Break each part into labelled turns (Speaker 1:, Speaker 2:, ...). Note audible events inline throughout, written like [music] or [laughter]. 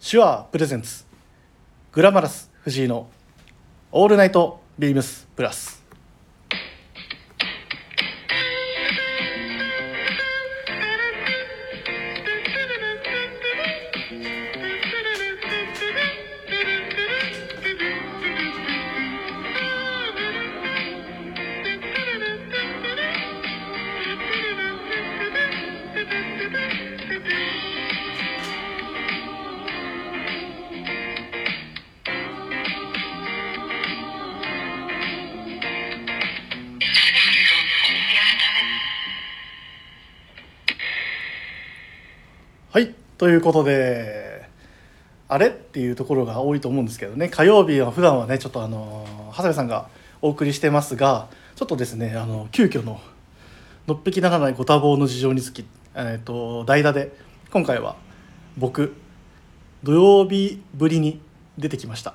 Speaker 1: 手話プレゼンツグラマラス藤井のオールナイトビームスプラスはいということであれっていうところが多いと思うんですけどね火曜日は普段はねちょっとあの長谷部さんがお送りしてますがちょっとですねあの急遽ののっぴきならないご多忙の事情につき、えー、と代打で今回は僕土曜日ぶりに出てきました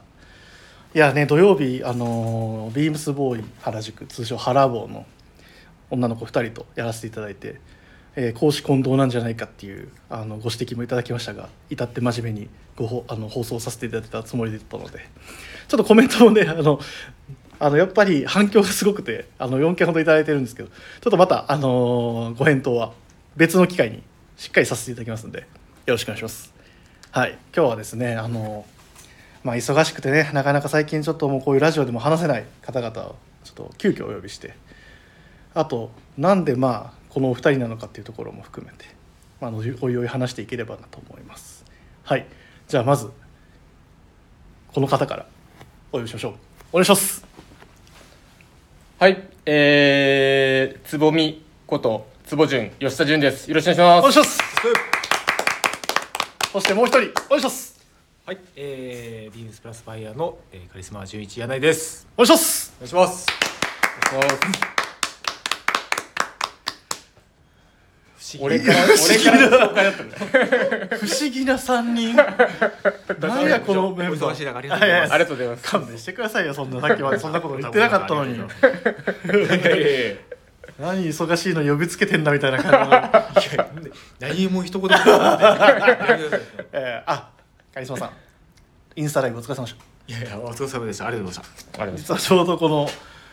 Speaker 1: いやね土曜日あのビームスボーイ原宿通称ハラボーの女の子2人とやらせていただいて、えー公私混同なんじゃないかっていうあのご指摘もいただきましたが至って真面目にごほあの放送させていただいたつもりだったのでちょっとコメントもねあのあのやっぱり反響がすごくてあの4件ほどいただいてるんですけどちょっとまた、あのーご返答は別の機会にしっかりさせていただきますのでよろしくお願いします。はい、今日はですねあのーまあ、忙しくてねなかなか最近ちょっともうこういうラジオでも話せない方々をちょっと急遽お呼びしてあとなんでまあこのお二人なのかっていうところも含めて、まあ、あのおいおい話していければなと思いますはいじゃあまずこの方からお呼びしましょうお願いします
Speaker 2: はい、えー、つぼみこと、つぼじゅん、吉田じゅんです。よろしくお
Speaker 1: お
Speaker 2: 願いし
Speaker 1: 願
Speaker 2: ま
Speaker 1: い
Speaker 2: す。
Speaker 1: しますそしてもう一人お願いします
Speaker 3: はい、えー、ビームスプラスファイヤーの、えー、カリスマ純一柳井です。
Speaker 1: お願いします
Speaker 3: お願いします。不思議
Speaker 2: 俺から、俺からの紹介だったんだ。
Speaker 1: 不思議な三人なんやこのメンバ
Speaker 3: お忙しい
Speaker 1: ー
Speaker 3: 中ありがとうござい
Speaker 2: あ
Speaker 3: ま
Speaker 2: りがとうございます。
Speaker 1: 勘弁してくださいよそんなさっきまでそんなこと言ってなかったの
Speaker 3: [laughs]
Speaker 1: に何忙しいの呼びつけてんだみたいな感じの
Speaker 3: す。いや何も [laughs] 一言も言ってない。
Speaker 1: えー、あカリスマさんインスタライブお疲れ様でした
Speaker 3: いやいや、お疲れ様でした。ありがとうございまし
Speaker 2: ありがとうございます。
Speaker 1: 実はちょうどこの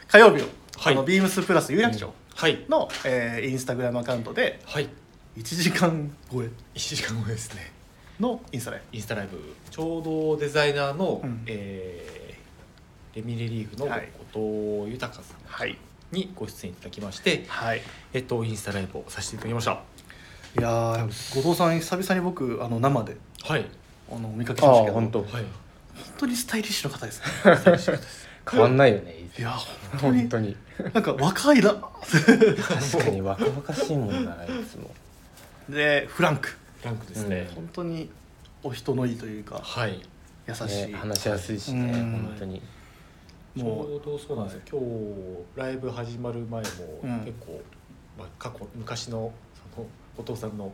Speaker 1: 火曜日を、
Speaker 3: は
Speaker 1: こ
Speaker 3: い
Speaker 1: のビームスプラス有楽町
Speaker 3: た。はい、
Speaker 1: の、えーインスタグラムアカウントで
Speaker 3: はい、
Speaker 1: 1時間超え
Speaker 3: 一時間後ですね。
Speaker 1: のインスタライ
Speaker 3: インスタライブ、ちょうどデザイナーの、
Speaker 1: うん
Speaker 3: えーレミレリーフの
Speaker 1: はい
Speaker 3: 後藤豊さん
Speaker 1: ブはい
Speaker 3: にご出演いただきまして、
Speaker 1: はい
Speaker 3: えっとインスタライブをさせていただきました。
Speaker 1: いやー後藤さん久々に僕あの生で
Speaker 3: はい、
Speaker 1: あのお見かけし
Speaker 2: あ
Speaker 1: ましたけ
Speaker 2: あ、
Speaker 1: ど
Speaker 2: 本当。
Speaker 3: はい。
Speaker 1: 本当にスタイリッシュな方ですね [laughs]
Speaker 2: 変わんないよね。
Speaker 1: いや本当に
Speaker 2: 本当に。
Speaker 1: なんか若いな
Speaker 2: 確かに若々しいもんだな、いつも。
Speaker 1: でフランク
Speaker 3: ランクですね。
Speaker 1: 本当にお人のいいというか
Speaker 3: はい。
Speaker 1: 優しい、
Speaker 2: ね、話しやすいしね、
Speaker 1: うん
Speaker 2: 本当に。
Speaker 3: ち
Speaker 1: も
Speaker 3: ょうどそうなんですよ、今日ライブ始まる前も
Speaker 1: うん
Speaker 3: 結構、まあ、過去昔のそのお父さんの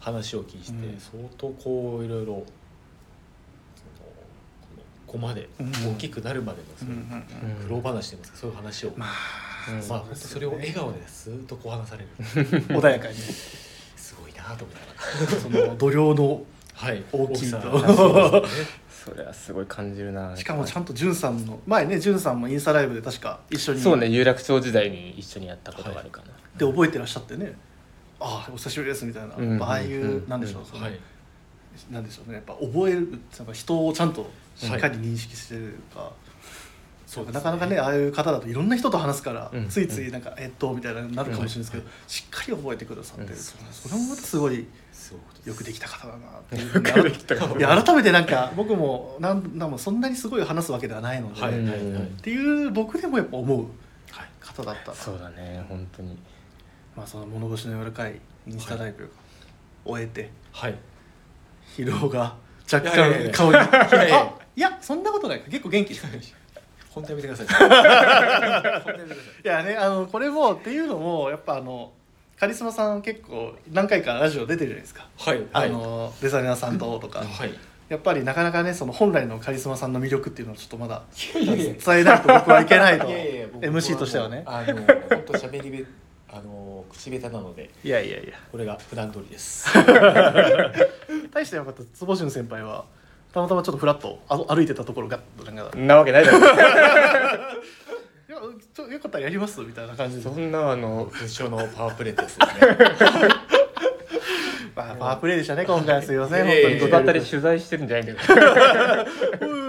Speaker 3: 話を聞いて、
Speaker 1: うん
Speaker 3: 相当こういろいろそのこのここまで
Speaker 1: うん
Speaker 3: 大きくなるまでの
Speaker 1: う
Speaker 3: そ
Speaker 1: うんうん
Speaker 3: の
Speaker 1: うん
Speaker 3: 苦労話といいますかそういう話を、
Speaker 1: ま
Speaker 3: ま
Speaker 1: あ
Speaker 2: うん
Speaker 3: あ
Speaker 1: そう
Speaker 3: 本
Speaker 1: で
Speaker 3: 当
Speaker 1: すよね
Speaker 3: それを笑顔ですーっとこう
Speaker 1: [laughs]
Speaker 3: 話される
Speaker 1: 穏やかに
Speaker 3: すごいなと思いながら
Speaker 1: その度量の
Speaker 3: はい
Speaker 1: 大きいと
Speaker 3: さそうですね
Speaker 2: それはすごい感じるな。
Speaker 1: しかもちゃんとんさんの前ねんさんもインスタライブで確か一緒に
Speaker 2: そうね、有楽町時代に一緒にやったことがあるかな。
Speaker 1: で覚えてらっしゃってねああお久しぶりですみたいな、
Speaker 2: うん
Speaker 1: やっぱああいう、
Speaker 2: うん
Speaker 1: なんでしょう、その
Speaker 3: はい
Speaker 1: なんでしょうねやっぱ覚えるやっぱ人をちゃんとしっかり認識してるか、
Speaker 3: そうですね
Speaker 1: なかなかねああいう方だといろんな人と話すから、
Speaker 2: うん
Speaker 1: ついついなんか「えっと」みたいなのになるかもしれないですけど、しっかり覚えてくださってる、
Speaker 2: うん
Speaker 1: それもまたすごい
Speaker 3: すごい
Speaker 1: よくで
Speaker 3: き
Speaker 1: きた方だなっていうふうに改め
Speaker 2: よくできた方
Speaker 1: いや改めてなんか僕もなんなんもそんなにすごい話すわけではないので、
Speaker 3: はいはいはい、
Speaker 2: うん
Speaker 3: はい
Speaker 1: っていう僕でもやっぱ思う方だったな
Speaker 2: そうだね、本当に。
Speaker 1: まあ、その物腰の柔らかいインスタライブを終えて
Speaker 3: はい
Speaker 1: 疲労が若
Speaker 3: いやいやい
Speaker 1: 干
Speaker 3: や
Speaker 1: 顔に
Speaker 3: いやいや
Speaker 1: あいやそんなことない結構元気ですね
Speaker 3: 本当やめてください。本当やめてくださ
Speaker 1: いやねあのこれもっていうのもやっぱあのカリスマさん結構何回かラジオ出てるじゃないですか、
Speaker 3: い。はい。
Speaker 1: あのデザイナーさんととか、
Speaker 3: はい。
Speaker 1: やっぱりなかなかねその本来のカリスマさんの魅力っていうのをちょっとまだ
Speaker 3: いや
Speaker 1: 伝
Speaker 3: いや
Speaker 1: えないと僕はいけないと
Speaker 3: いやいや僕
Speaker 1: MC としてはね
Speaker 3: あの、本当喋りべ、あの、口下手なので、
Speaker 1: いやいやいや
Speaker 3: これが普段通りです。
Speaker 1: 大してよかった坪潤先輩はたまたまちょっとフラッとあ歩いてたところがなんか
Speaker 2: んなわけないだろ
Speaker 1: いやちょよかったらやりますみたいな感じで
Speaker 2: [laughs] そ、んなあの
Speaker 3: 文章のパワープレイですよね
Speaker 1: まあ、パワープレイでしたね今回はすいません
Speaker 3: い
Speaker 1: 本
Speaker 3: えい
Speaker 1: 当
Speaker 3: え
Speaker 1: に
Speaker 2: ドタタリ取材してるんじゃないけど
Speaker 1: う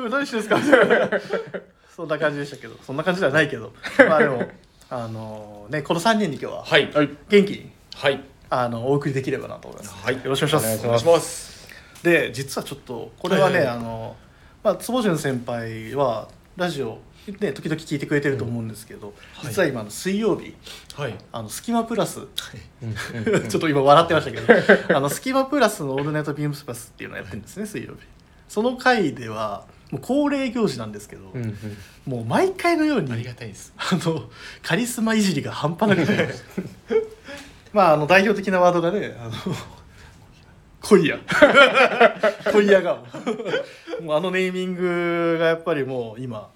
Speaker 1: ー何してんすか [laughs] そんな感じでしたけどそんな感じではないけどまあでもあのねこの3人に今日は
Speaker 3: はい
Speaker 2: はい
Speaker 1: 元気に
Speaker 3: はい
Speaker 1: あのお送りできればなと思います、
Speaker 3: はい
Speaker 1: よろしくお願いします
Speaker 3: お願いします
Speaker 1: で実はちょっとこれはね、
Speaker 3: はいはい
Speaker 1: あのまあ坪潤先輩はラジオね時々聞いてくれてると思うんですけど、
Speaker 3: はい
Speaker 1: 実は今あの水曜日
Speaker 3: はい
Speaker 1: あのスキマプラス
Speaker 2: うんうん
Speaker 1: [laughs] ちょっと今笑ってました
Speaker 2: [laughs]
Speaker 1: けどあのスキマプラスの「オールナイトビームスプラス」っていうのをやってるんですね水曜日その回ではもう恒例行事なんですけど、
Speaker 2: うんうん
Speaker 1: もう毎回のように
Speaker 3: ありがたいです
Speaker 1: あのカリスマいじりが半端なく
Speaker 2: [laughs]
Speaker 1: てまああの代表的なワードがねあの恋
Speaker 2: [laughs]
Speaker 1: や恋やがもうあのネーミングがやっぱりもう今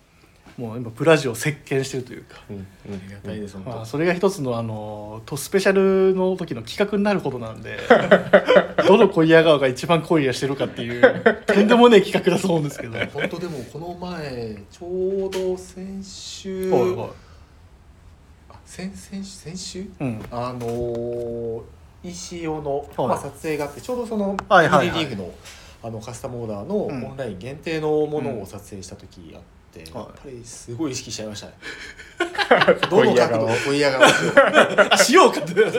Speaker 1: もう今プラジオを席巻してるというか、
Speaker 2: うんう
Speaker 3: ありが
Speaker 2: ん
Speaker 3: たいです本
Speaker 1: まあ、
Speaker 3: 当
Speaker 1: それが一つのあのとスペシャルの時の企画になるほどなんで [laughs] どの恋や顔が一番恋やしてるかっていうとんでもねえ企画だと思うんですけど。はい
Speaker 3: 本当でもこの前ちょうど先週
Speaker 1: はい
Speaker 3: あ先先先週
Speaker 1: うん、
Speaker 3: あのー、ECO の、
Speaker 1: はい
Speaker 3: まあ、撮影があってちょうどその
Speaker 1: はいはいはい
Speaker 3: ED リーグのあのカスタムオーダーの
Speaker 1: うん
Speaker 3: オンライン限定のものを撮影した時あって、
Speaker 1: ん
Speaker 3: やっぱりすごい意識しちゃいま
Speaker 1: [laughs]
Speaker 3: したね。ど
Speaker 2: 恋
Speaker 3: の
Speaker 2: や
Speaker 3: 角
Speaker 2: 顔
Speaker 3: 度も恋や顔
Speaker 1: あしようかってどう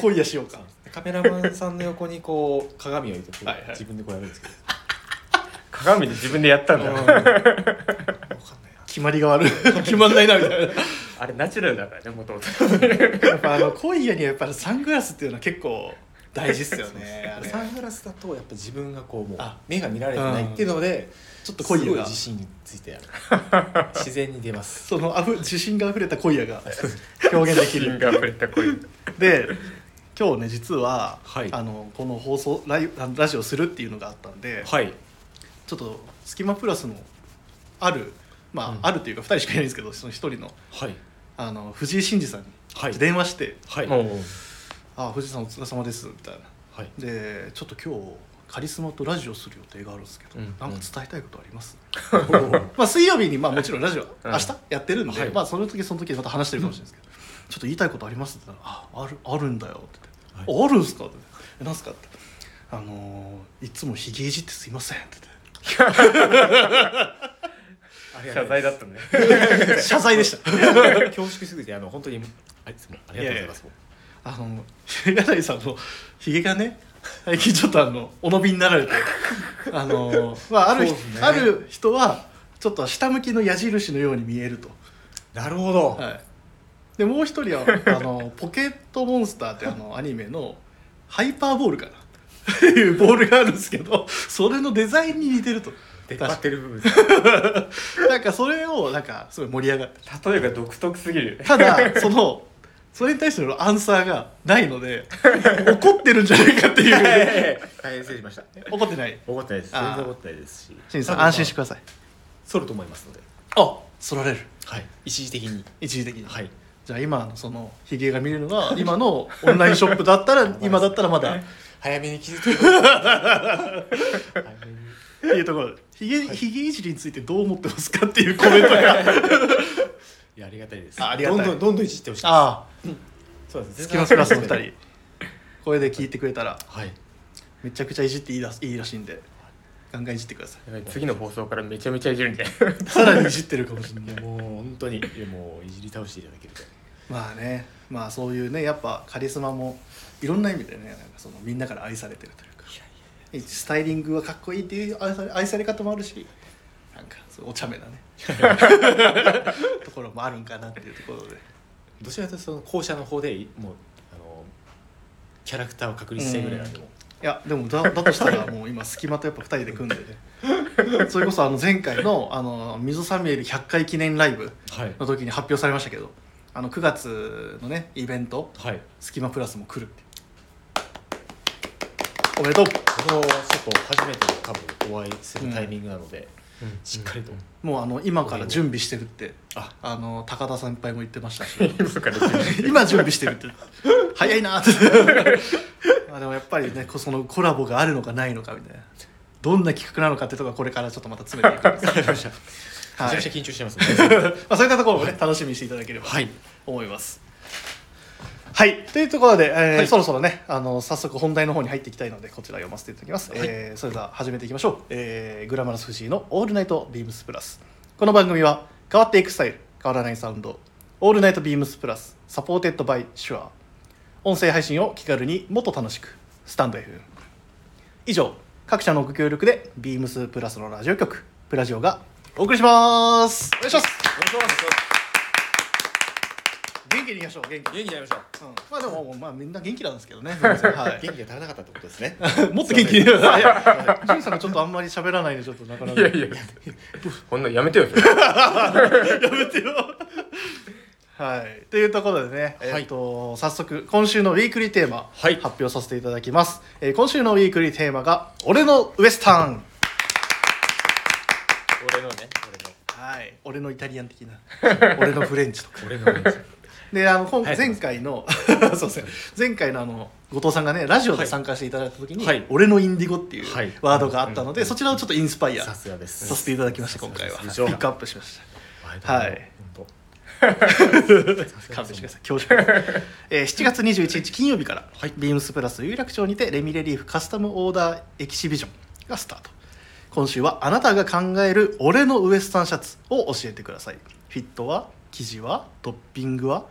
Speaker 1: 恋やしようか
Speaker 3: カメラマンさんの横にこう鏡を置いてこう
Speaker 1: はいはい
Speaker 3: 自分でこうやるんですけど、
Speaker 2: 鏡で自分でやったん
Speaker 3: うん
Speaker 2: だ
Speaker 3: わかんないな
Speaker 1: 決まりが悪い決まんないなみたいな
Speaker 2: あれナチュラルだからねもともと
Speaker 1: やっぱあの恋やにはやっぱりサングラスっていうのは結構大事っすよねあれ
Speaker 3: サングラスだとやっぱ自分がこうもう
Speaker 1: あ
Speaker 3: 目が見られてないっていうので、
Speaker 1: ちょっと
Speaker 3: すごい
Speaker 1: 恋やが
Speaker 3: 自信についてやる自然に出ます
Speaker 1: そのあふ自信があふれた恋やが表現でき
Speaker 2: キリ
Speaker 1: る
Speaker 2: ンが溢れた声
Speaker 1: で今日ね実は、
Speaker 3: はい
Speaker 1: あのこの放送ライブあのラジオするっていうのがあったんで、
Speaker 3: はい
Speaker 1: ちょっと「スキマプラス」のあるまあ、
Speaker 3: うん
Speaker 1: あるというか2人しかいないんですけどその1人の
Speaker 3: はい
Speaker 1: あの藤井真二さんに
Speaker 3: はい
Speaker 1: 電話して
Speaker 3: はい
Speaker 2: もう
Speaker 1: 「あ藤井さんお疲れ様です」みたいな [laughs]
Speaker 3: はい
Speaker 1: でちょっと今日カリスマとラジオする予定があるんですけど、
Speaker 2: うん
Speaker 1: なんか伝えたいことあります、
Speaker 3: は
Speaker 1: まあ、水曜日にまあもちろんラジオ
Speaker 2: うん
Speaker 1: 明日やってるんで、
Speaker 3: はい
Speaker 1: まあ、その時その時でまた話してるかもしれないですけど、ちょっと言いたいことありますって言ったら「ああるあるんだよ」って言って「あるんすか?」って「えなんすか?」って「あのーいつもひげいじってすいません」って
Speaker 2: 謝罪だったね
Speaker 1: 言
Speaker 3: [laughs]
Speaker 1: って謝罪でした
Speaker 3: 恐縮すぎてあの本当にあいつもありがとうございます。
Speaker 1: あの柳井さんのひげがね最近ちょっとあのお伸びになられてあのまあある,、
Speaker 3: そうですね
Speaker 1: ある人はちょっと下向きの矢印のように見えると。
Speaker 3: なるほど。
Speaker 1: はい、でもう一人はあのポケットモンスターってあのアニメのハイパーボールかなっていうボールがあるんですけどそれのデザインに似てると
Speaker 3: 出っ張ってる部分。
Speaker 1: なんかそれをなんかすごい盛り上がって
Speaker 2: 例えが独特すぎるよね
Speaker 1: ただそのそれに対してのアンサーがないので怒ってるんじゃないかっていう
Speaker 3: 大変失礼しました。
Speaker 1: 怒ってない
Speaker 3: 怒ってないです。
Speaker 1: あ
Speaker 3: 全
Speaker 1: ー
Speaker 3: 然怒ってないですし。
Speaker 1: しんさ
Speaker 3: 多
Speaker 1: ん
Speaker 3: 分
Speaker 1: 安心してください
Speaker 3: 反ると思いますので。
Speaker 1: あそられる
Speaker 3: はい。一時的に。
Speaker 1: 一時的に、
Speaker 3: はい。
Speaker 1: じゃあ今のそのヒゲが見れるのは今のオンラインショップだった [laughs] ら今だったらまだ
Speaker 3: 早めに気づいて。 [laughs] 早めに
Speaker 1: っていうところでひげ、ひげいじりについてどう思ってますかっていうコメント [laughs] が
Speaker 3: いやありがたいです。
Speaker 1: あありがたい
Speaker 3: どんどんどんどんいじってほしいです。
Speaker 1: ああ
Speaker 3: そうです。
Speaker 1: スキマスプラスの二
Speaker 3: 全然
Speaker 1: 人これで聞いてくれたら
Speaker 3: はい。
Speaker 1: めちゃくちゃいじっていいだいいらしいんでガンガンいじってくださ
Speaker 2: やばい次の放送からめちゃめちゃいじるんで
Speaker 1: いさらにいじってるかもしれない
Speaker 3: いやもう本当にいやもういじり倒していただけると。
Speaker 1: [laughs] まあねまあそういうねやっぱカリスマもいろんな意味でねなんかそのみんなから愛されてるというかスタイリングはかっこいいっていう愛され愛され方もあるしなんかそうお茶目 [laughs] なねところもあるんかなっていうところで
Speaker 3: どちらかというとその校舎の方でもうあのキャラクターを確立したいぐらいなんでもう。
Speaker 1: いやでもだだとしたらもう今隙間とやっぱ2人で組んでねそれこそあの前回のあの溝サミエル100回記念ライブ
Speaker 3: はい
Speaker 1: の時に発表されましたけどあの9月のねイベント
Speaker 3: はい。
Speaker 1: 「スキマプラス」も来るっておめでとう
Speaker 3: このちょっと初めて多分お会いするタイミングなので、しっかりと、
Speaker 1: もうあの今から準備してるって
Speaker 3: あ
Speaker 1: あの高田先輩も言ってましたし
Speaker 2: 今から準
Speaker 1: [laughs]
Speaker 2: 備
Speaker 1: 今準備してるって [laughs] 早いなってまあでもやっぱりねこそのコラボがあるのかないのかみたいなどんな企画なのかってとこはこれからちょっとまた詰めていくん [laughs] ですけ
Speaker 3: わかりましため
Speaker 1: ど、は
Speaker 3: ちゃ
Speaker 1: い
Speaker 3: めちゃ緊張してますね
Speaker 1: [laughs] まあ、そういったところもね楽しみにしていただければと
Speaker 3: はい
Speaker 1: 思います。はいというところで、えー
Speaker 3: はい
Speaker 1: そろそろねあの早速本題の方に入っていきたいのでこちら読ませていただきます、えーそれでは始めていきましょう、えーグラマラス藤井の「オールナイトビームスプラス」この番組は変わっていくスタイル変わらないサウンド「オールナイトビームスプラス」サポーテッドバイシュア音声配信を気軽にもっと楽しくスタンド FM 以上各社のご協力でビームスプラスのラジオ局プラジオがお送りしますお願いします元気にいきましょう元気に、
Speaker 3: 元気になりました
Speaker 1: うんまあでも、まあ、みんな元気なんですけど [laughs] ね、は
Speaker 3: [laughs] 元気が足らなかったってことですね
Speaker 1: い、 [laughs] もっと元気にいや [laughs] ジュンさんがちょっとあんまり喋らないんでちょっとなかなか
Speaker 2: いやいやこんなんやめてよそれ
Speaker 1: やめてよはいというところでね、
Speaker 3: は
Speaker 1: え
Speaker 3: い
Speaker 1: っと早速今週のウィークリーテーマ、
Speaker 3: はい
Speaker 1: 発表させていただきます、えー今週のウィークリーテーマが「俺のウエスタン」
Speaker 3: 俺のね
Speaker 1: はい、俺のイタリアン的
Speaker 3: [laughs]
Speaker 1: な俺のフレンチとか
Speaker 3: 俺の俺の
Speaker 1: であの今
Speaker 3: はい
Speaker 1: 前回の [laughs] そうですね前回のあの後藤さんがねラジオで参加していただいた時に「
Speaker 3: はい
Speaker 1: 俺のインディゴ」っていう
Speaker 3: はい
Speaker 1: ワードがあったので、そちらをちょっとインスパイア
Speaker 3: さすがです
Speaker 1: させていただきました今回は
Speaker 3: さ
Speaker 1: ピ
Speaker 3: すがです
Speaker 1: ックアップしましたはい
Speaker 3: 本当
Speaker 1: 勘弁してください恐 [laughs] 縮です、えー、7月21日金曜日から、ビームスプラス有楽町にてレミレリーフカスタムオーダーエキシビジョンがスタート今週はあなたが考える俺のウエスタンシャツを教えてくださいフィットは生地はトッピングは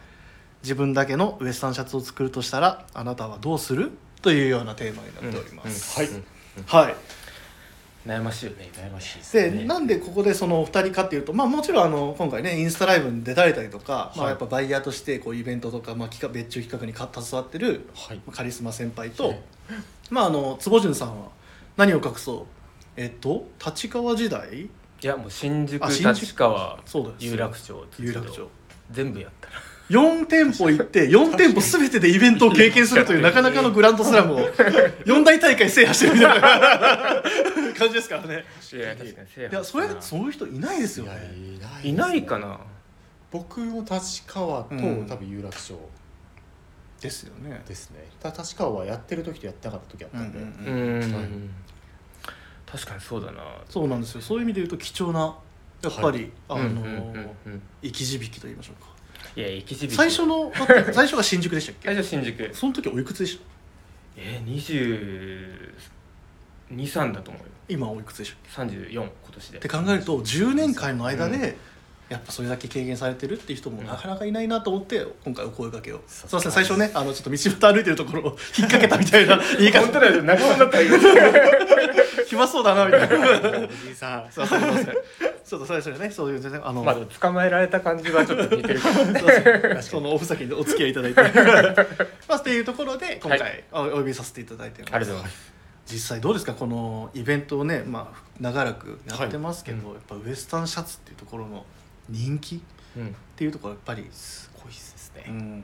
Speaker 1: 自分だけのウエスタンシャツを作るとしたらあなたはどうするというようなテーマになっております、
Speaker 3: はい
Speaker 1: はい
Speaker 2: 悩ましいよね
Speaker 3: 悩ましいです
Speaker 1: で
Speaker 3: ね
Speaker 1: なんでここでそのお二人かっていうと、まあ、もちろんあの今回ねインスタライブに出られたりとか、ま
Speaker 3: は
Speaker 1: あ、
Speaker 3: い
Speaker 1: やっぱバイヤーとしてこうイベントとか、まあ、企画別注企画にか携わってる
Speaker 3: はい
Speaker 1: カリスマ先輩と、まあ、あの坪潤さんは何を隠そうえっと立川時代
Speaker 2: いやもう新宿
Speaker 1: あ新宿
Speaker 2: 立川
Speaker 1: そうだよ
Speaker 2: 有楽町
Speaker 1: 有楽町
Speaker 2: 全部やったら
Speaker 1: 4店舗行って4店舗全てでイベントを経験するというなかなかのグランドスラム
Speaker 3: [laughs]
Speaker 1: を4大大会制覇してるみたいな感じですからね
Speaker 2: いや確かに制
Speaker 1: いやそれそういう人いないですよ
Speaker 3: いや
Speaker 1: ね
Speaker 3: いない
Speaker 2: いないかな
Speaker 3: 僕も立川と、
Speaker 1: うん
Speaker 3: 多分有楽町
Speaker 1: ですよね
Speaker 3: ですねた立川はやってる時とやってなかった時あったんで、
Speaker 1: うんうん
Speaker 2: う
Speaker 3: は
Speaker 2: ん確かにそうだな
Speaker 1: そうなんですよそういう意味で言うと貴重なやっぱり、
Speaker 2: うん
Speaker 1: あ
Speaker 2: うん
Speaker 1: の
Speaker 2: う
Speaker 1: ー
Speaker 2: んうん
Speaker 1: 生き字引きと言いましょうか
Speaker 2: いや生き字引
Speaker 1: 最初のだって最初が新宿でしたっ
Speaker 2: 最 [laughs]
Speaker 1: け
Speaker 2: 初新宿
Speaker 1: その時おいくつでした
Speaker 2: えー、223だと思うよ
Speaker 1: 今おいくつでしょ
Speaker 2: 34今年で
Speaker 1: って考えると10年間の間で、やっぱそれだけ軽減されてるっていう人も
Speaker 2: うん
Speaker 1: なかなかいないなと思って今回お声掛けをす
Speaker 3: そう
Speaker 1: いません最初ねあのちょっと道端歩いてるところを [laughs] 引っ掛けたみたいな言い
Speaker 2: 本当
Speaker 1: 方
Speaker 2: だよ仲間になったらいいよ
Speaker 1: 暇そうだなみた [laughs] いな
Speaker 3: [laughs] おじいさん
Speaker 1: すいませんすいませんちょっと最初にねそういう全然あの、
Speaker 2: まあでも捕まえられた感じはちょっと似てるかも
Speaker 1: [laughs]
Speaker 2: ね
Speaker 1: そのおふざけにお付き合いいただいてまあっていうところで今
Speaker 2: は
Speaker 1: 回おお呼びさせていただいてます
Speaker 2: ありがとうございます
Speaker 1: 実際どうですかこのイベントをね、まあ、長らくやってますけど、やっぱウエスタンシャツっていうところの人気っ
Speaker 2: うん
Speaker 1: ていうところはやっぱり、
Speaker 3: すごいです
Speaker 1: う
Speaker 3: ね、
Speaker 1: ん、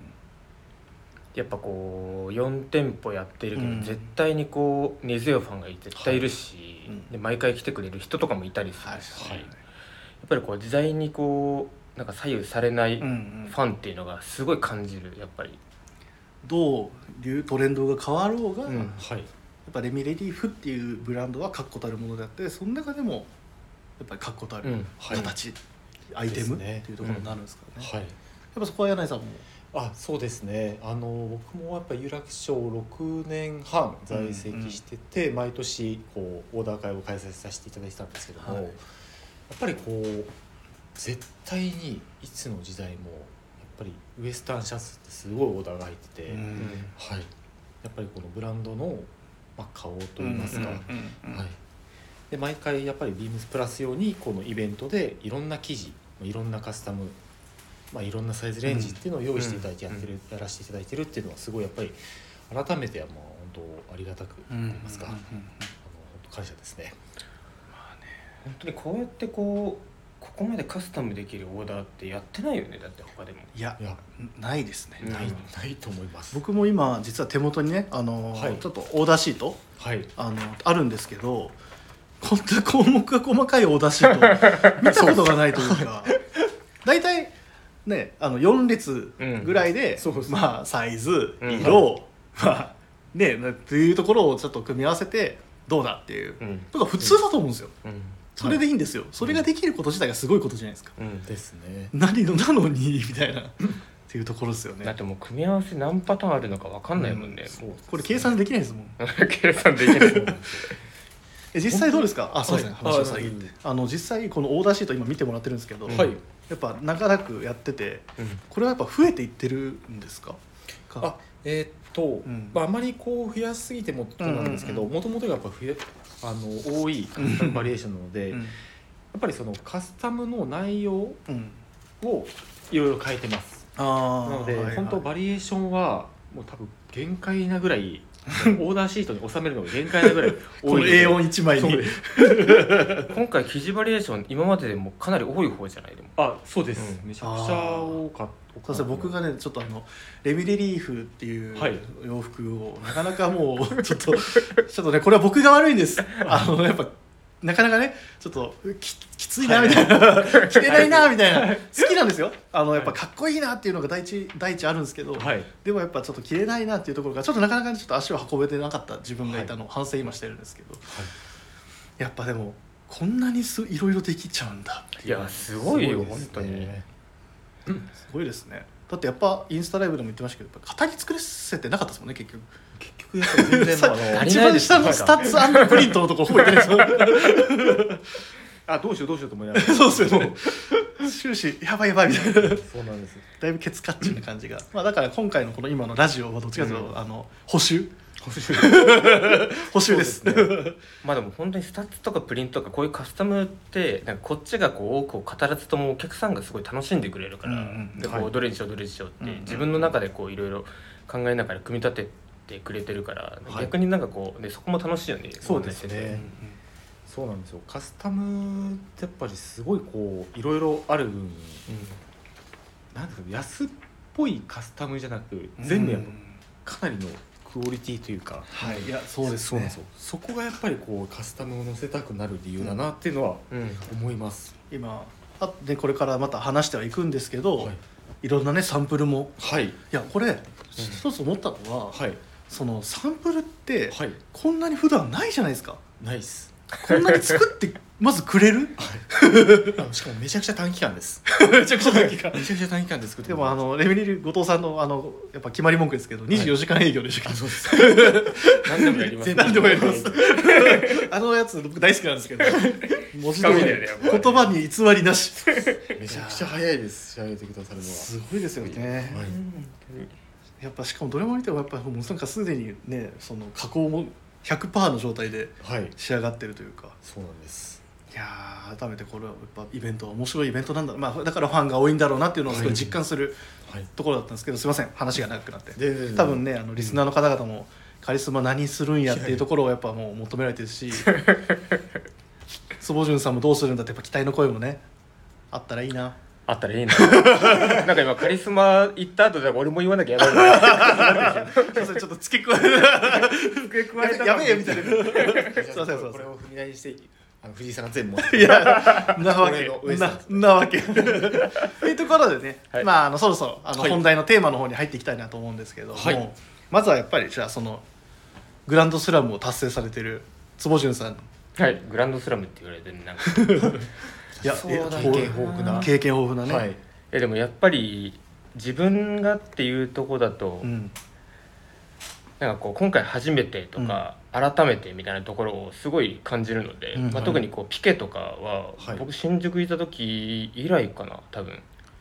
Speaker 2: やっぱこう4店舗やってるけど、
Speaker 1: うん
Speaker 2: 絶対にこう根強いファンが絶対いるし、
Speaker 1: はいうん
Speaker 2: で毎回来てくれる人とかもいたりす
Speaker 1: はい
Speaker 2: るし、
Speaker 1: はい
Speaker 2: やっぱりこう時代にこうなんか左右されな
Speaker 1: う
Speaker 2: い
Speaker 1: ん
Speaker 2: フ
Speaker 1: うん
Speaker 2: ァンっていうのがすごい感じるやっぱり
Speaker 1: どう流トレンドが変わろうが、
Speaker 2: うん
Speaker 1: やっ
Speaker 3: はい
Speaker 1: ぱレミレリーフっていうブランドは確固たるものであってその中でもやっぱり確固た
Speaker 2: う
Speaker 1: る
Speaker 2: ん
Speaker 3: はい
Speaker 1: 形、アイテムっ
Speaker 3: ですね
Speaker 1: ていうところになるんですからね、やっ
Speaker 3: はい
Speaker 1: ぱそこは柳井さんも、
Speaker 3: あそうですねあの僕もやっぱ有楽町6年半在籍してて、毎年こうオーダー会を開催させていただいてたんですけども、
Speaker 1: はい
Speaker 3: やっぱりこう絶対にいつの時代もやっぱりウエスタンシャツってすごいオーダーが入ってて、
Speaker 1: うん
Speaker 3: はい、やっぱりこのブランドの、まあ、顔といいますか、
Speaker 1: うんうんうん
Speaker 3: はい、で毎回やっぱりビームスプラス用にこのイベントでいろんな生地いろんなカスタム、まあ、いろんなサイズレンジっていうのを用意していただいてやってる、やらせていただいてるっていうのはすごいやっぱり改めてはもう本当ありがたく
Speaker 1: う
Speaker 3: 思い
Speaker 1: ん
Speaker 3: ますか、あの本当感謝ですね
Speaker 2: 本当にこうやってこうここまでカスタムできるオーダーってやってないよねだって他でも
Speaker 1: いや
Speaker 3: いや
Speaker 1: ないですね、
Speaker 2: うん
Speaker 3: ない,、ないと思います
Speaker 1: 僕も今実は手元にねあの、
Speaker 3: はい
Speaker 1: ちょっとオーダーシート
Speaker 3: はい
Speaker 1: あのあるんですけどこんな項目が細かいオーダーシー
Speaker 3: [laughs]
Speaker 1: ト見たことがないというか大体ねあの4列ぐらいで、
Speaker 3: そうそう
Speaker 1: まあサイズ
Speaker 2: うん
Speaker 1: 色、まあねなっていうところをちょっと組み合わせてどうだっていう、
Speaker 2: うん
Speaker 1: なんか普通だと思うんですよ、
Speaker 2: うん
Speaker 1: それでいいんですよ、それができること自体がすごいことじゃないですか、
Speaker 2: うん
Speaker 3: ですね
Speaker 1: 何の [laughs] なのにみたいなっていうところですよ
Speaker 2: だ
Speaker 1: ね
Speaker 2: ってもう組み合わせ何パターンあるのか分かんないもんね、
Speaker 3: そう
Speaker 1: これ計算できないですもん
Speaker 2: もう [laughs] 計算できない
Speaker 3: そうなんですよ
Speaker 1: え実際どうですかあそうですね、
Speaker 3: はい
Speaker 1: 話を遮ってあの実際このオーダーシート今見てもらってるんですけど、
Speaker 2: うん
Speaker 3: はい
Speaker 1: やっぱ長らくやってて
Speaker 2: うん
Speaker 1: これはやっぱ増えていってるんですかか
Speaker 3: あえーっと、
Speaker 1: ん
Speaker 3: まあ、あまりこう増やしすぎてもってことなんですけど
Speaker 1: うんうん
Speaker 3: もともとがやっぱ増えあの多いカスタムバリエーションなので、
Speaker 1: うん
Speaker 3: やっぱりそのカスタムの内容を
Speaker 1: うん
Speaker 3: いろいろ変えてます
Speaker 1: あ
Speaker 3: な
Speaker 1: ー
Speaker 3: ので、
Speaker 1: はいはい
Speaker 3: 本当バリエーションはもう多分限界なぐらいオーダーシートに収めるのが限界なぐら
Speaker 1: [laughs]
Speaker 3: い
Speaker 1: こ
Speaker 3: 多
Speaker 1: の
Speaker 3: いので
Speaker 1: A41 枚に
Speaker 3: そうです
Speaker 2: 今回生地バリエーション今まででもかなり多い方じゃないでも
Speaker 3: あそうです、
Speaker 2: う
Speaker 3: めちゃくちゃ多かった
Speaker 1: そうですね僕がねちょっとあのレミレリーフっていう
Speaker 3: はい
Speaker 1: 洋服を、なかなかもうちょっとちょっとねこれは僕が悪いんですあのやっぱなかなかねちょっとききついなみたいな、着れないなみたいな好きなんですよあのやっぱかっこいいなっていうのが第一第一あるんですけど、
Speaker 3: はい
Speaker 1: でもやっぱちょっと着れないなっていうところがちょっとなかなかねちょっと足を運べてなかった自分がいたのを反省今してるんですけど、やっぱでもこんなにすいろいろできちゃうんだ
Speaker 2: いやすごいよ
Speaker 3: すごですね
Speaker 2: 本当に
Speaker 1: すごいですねだってやっぱインスタライブでも言ってましたけどやっぱ語り尽くせてなかったですもんね結局
Speaker 3: 結局やっぱ [laughs] 全然もうあ
Speaker 2: 足
Speaker 3: の
Speaker 2: り
Speaker 1: 一
Speaker 2: ない
Speaker 1: 番下の
Speaker 2: です
Speaker 1: スタッツプリントのとこほぼいってないで
Speaker 3: あどうしようどうしようと思いながら
Speaker 1: すよ [laughs] そうですよ
Speaker 3: [laughs]
Speaker 1: もう終始やばいやばいみたいな
Speaker 3: そうなんです
Speaker 1: だいぶケツカッチンな感じがまあだから今回のこの今のラジオはどっちかというと、あの補修 [laughs] 補修です
Speaker 3: そうで
Speaker 2: まあでも本当にスタッツとかプリントとかこういうカスタムってなんかこっちがこう多くを語らずともお客さんがすごい楽しんでくれるから、
Speaker 1: うんうんうん
Speaker 2: でこ
Speaker 3: は
Speaker 2: う
Speaker 3: い
Speaker 2: どれにしようどれにしようって、
Speaker 1: うんうんうん
Speaker 2: 自分の中でこういろいろ考えながら組み立ててくれてるから、
Speaker 3: はい
Speaker 2: 逆になんかこう、ね、そこも楽しいよね
Speaker 3: そうですね
Speaker 2: こ
Speaker 1: うんうん
Speaker 3: そうなんですよカスタムってやっぱりすごいこういろいろある分
Speaker 2: うやってて
Speaker 3: なんていうか安っぽいカスタムじゃなく全部やっ
Speaker 1: うん
Speaker 3: ぱかなりのクオリティというか
Speaker 1: はいいやそうです
Speaker 3: そうなん
Speaker 1: ね
Speaker 3: ですよそこがやっぱりこうカスタムを載せたくなる理由だなっていうのは
Speaker 2: うん、うん
Speaker 3: 思います、
Speaker 1: 今あでこれからまた話してはいくんですけど、
Speaker 3: はい
Speaker 1: い、ろんなねサンプルも
Speaker 3: はい
Speaker 1: いやこれ一つ思ったのは、
Speaker 3: はい
Speaker 1: そのサンプルって、
Speaker 3: はい
Speaker 1: こんなに普段ないじゃないですか
Speaker 3: ナイス
Speaker 1: こんなに作ってまずくれる
Speaker 3: あのしかもめちゃくちゃ短期間です
Speaker 1: [laughs] めちゃくちゃ時間
Speaker 3: めちゃくちゃ短期間で作って
Speaker 1: でもあ
Speaker 3: の
Speaker 1: のレミリル後藤さんのあのやっぱ決まり文句ですけど24時間営業でしたっ
Speaker 3: そうです
Speaker 2: 何でもや
Speaker 1: [laughs]
Speaker 2: ります
Speaker 1: け何でもやりますあのやつ僕大好きなんですけど文字通り
Speaker 2: 神だよねやっぱ
Speaker 1: 言葉に偽りなし
Speaker 3: めちゃくちゃ早いです仕上げてくださるのは
Speaker 1: すごいですよね
Speaker 3: は
Speaker 2: う
Speaker 3: い
Speaker 2: ん本当に
Speaker 1: やっぱしかもどれも見てもやっぱもうなんかすでにねその加工も100%の状態で
Speaker 3: はい
Speaker 1: 仕上がってるというか
Speaker 3: そうなんです
Speaker 1: いやー改めてこれはやっぱイベントは面白いイベントなんだ、まあ、だからファンが多いんだろうなっていうのをすごい実感する [laughs]
Speaker 3: はい
Speaker 1: ところだったんですけどすいません話が長くなって
Speaker 3: ででで
Speaker 1: 多分ねあのリスナーの方々もカリスマ何するんやっていうところをやっぱもう求められてるし坪潤さんもどうするんだってやっぱ期待の声もねあったらいい [laughs] な
Speaker 2: あったらいいな [laughs] なんか今カリスマ行った後じゃ俺も言わなきゃやばいな [laughs]
Speaker 1: すいませんちょっと付け加える
Speaker 2: 付け加え
Speaker 1: [laughs]
Speaker 2: た
Speaker 1: やべえみたいな
Speaker 3: すいません
Speaker 1: そうそうそうそう
Speaker 3: これを踏み台にしてあの藤井さんが全部持
Speaker 1: [laughs]
Speaker 3: っ
Speaker 1: い
Speaker 3: て
Speaker 1: やなわ
Speaker 3: 俺
Speaker 1: け
Speaker 3: の上さん
Speaker 1: ななわけ [laughs] というところでね、
Speaker 2: はい
Speaker 1: まああのそろそろあの、
Speaker 3: はい
Speaker 1: 本題のテーマの方に入っていきたいなと思うんですけども、
Speaker 3: はい
Speaker 1: まずはやっぱりじゃあそのグランドスラムを達成されてる坪潤さん
Speaker 2: はいグランドスラムって言われてるなんか
Speaker 1: いや
Speaker 3: そうだ
Speaker 1: え
Speaker 3: ね
Speaker 1: こう
Speaker 3: 経験豊富な
Speaker 1: 経験豊富なね、
Speaker 3: はい
Speaker 2: えでもやっぱり自分がっていうとこだと、
Speaker 1: うん
Speaker 2: なんかこう今回初めてとか、改めてみたいなところをすごい感じるので、
Speaker 1: うん
Speaker 2: ま
Speaker 1: は
Speaker 2: あ、
Speaker 1: い
Speaker 2: 特にこうピケとかは、
Speaker 3: はい
Speaker 2: 僕新宿いた時以来かな多分
Speaker 1: へ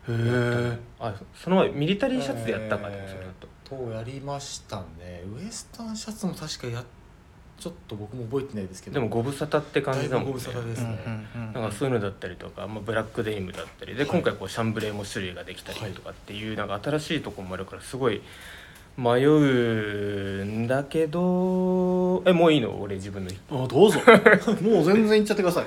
Speaker 1: え
Speaker 2: あその前ミリタリーシャツでやったか
Speaker 3: え
Speaker 2: ね
Speaker 3: ー
Speaker 2: それだと
Speaker 3: とやりましたねウエスタンシャツも確かやちょっと僕も覚えてないですけど
Speaker 2: でもご無沙汰って感じだ
Speaker 3: だい
Speaker 2: も
Speaker 3: ぶ
Speaker 2: ん
Speaker 3: ご
Speaker 2: ね
Speaker 3: 無沙汰ですね、
Speaker 2: なんかそういうのだったりとか、まあ、ブラックデニムだったりで、
Speaker 3: はい
Speaker 2: 今回こうシャンブレーも種類ができたりとかっていう、なんか新しいとこもあるからすごい迷うんだけどえもういいの俺自分の
Speaker 1: あど
Speaker 3: [laughs]
Speaker 1: うぞもう全然いっちゃってください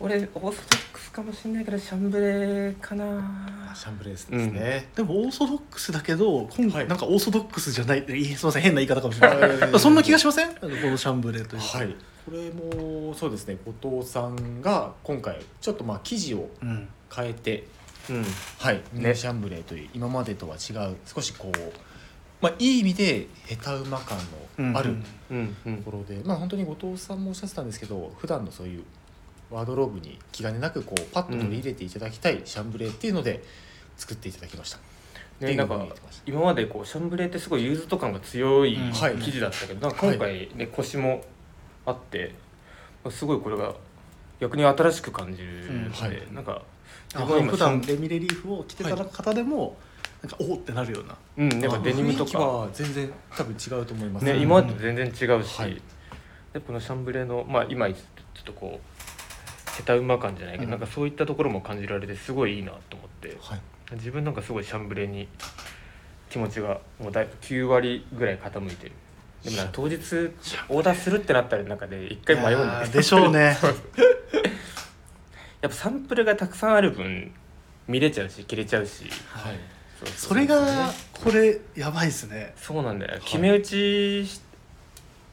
Speaker 2: 俺オーソドックスかもしれないけどシャンブレーかな
Speaker 3: あシャンブレースですね、
Speaker 1: でもオーソドックスだけど今回、
Speaker 3: はい
Speaker 1: なんかオーソドックスじゃないいいすみません変な言い方かもしれない
Speaker 3: いやいやいやいや
Speaker 1: そんな気がしませんなんかこのシャンブレーというか
Speaker 3: はいこれもそうですね後藤さんが今回ちょっとまあ生地を
Speaker 1: うん
Speaker 3: 変えて
Speaker 2: うん
Speaker 3: はい、
Speaker 2: ね
Speaker 3: ね、シャンブレーという今までとは違う少しこうまあ、いい意味で下手馬感のある
Speaker 2: うんうん
Speaker 3: ところで、まあ本当に後藤さんもおっしゃってたんですけど普段のそういうワードローブに気兼ねなくこうパッと取り入れていただきたいシャンブレーっていうので作っていただきました。って
Speaker 2: ね、
Speaker 3: いう
Speaker 2: な
Speaker 3: の
Speaker 2: んか
Speaker 3: が見えてました
Speaker 2: 今までこうシャンブレーってすごいユーズド感が強い
Speaker 1: うん
Speaker 3: はい
Speaker 2: 生地だったけど、なんか今回ね、コシもあってすごいこれが逆に新しく感じるので、
Speaker 1: うん
Speaker 3: はい
Speaker 2: なんか自
Speaker 1: あ
Speaker 2: 分は
Speaker 1: の
Speaker 2: 今
Speaker 1: 普段レミレリーフを着てた方でも、なんかおおってなるような
Speaker 2: うん、やっぱデニムと
Speaker 3: あ
Speaker 2: か、
Speaker 3: の雰囲気は全然多分違うと思います。
Speaker 2: ね、
Speaker 1: うん
Speaker 2: 今までと全然違うし、
Speaker 3: はい
Speaker 2: でこのシャンブレーの、まあ、今ちょっとこう下手馬感じゃないけど、
Speaker 3: うん
Speaker 2: なんかそういったところも感じられてすごいいいなと思って
Speaker 3: はい、
Speaker 2: 自分なんかすごいシャンブレーに気持ちがもうだい9割ぐらい傾いてるでもなんか当日オーダーするってなったら中で一回迷
Speaker 1: い
Speaker 2: うんだよ
Speaker 1: やーでしょうね
Speaker 2: [laughs] そうやっぱサンプルがたくさんある分見れちゃうし切れちゃうし
Speaker 3: はい、
Speaker 2: そうそう
Speaker 1: それがこれやばいですね
Speaker 2: そうなんだよ
Speaker 3: い
Speaker 2: 決め打ちし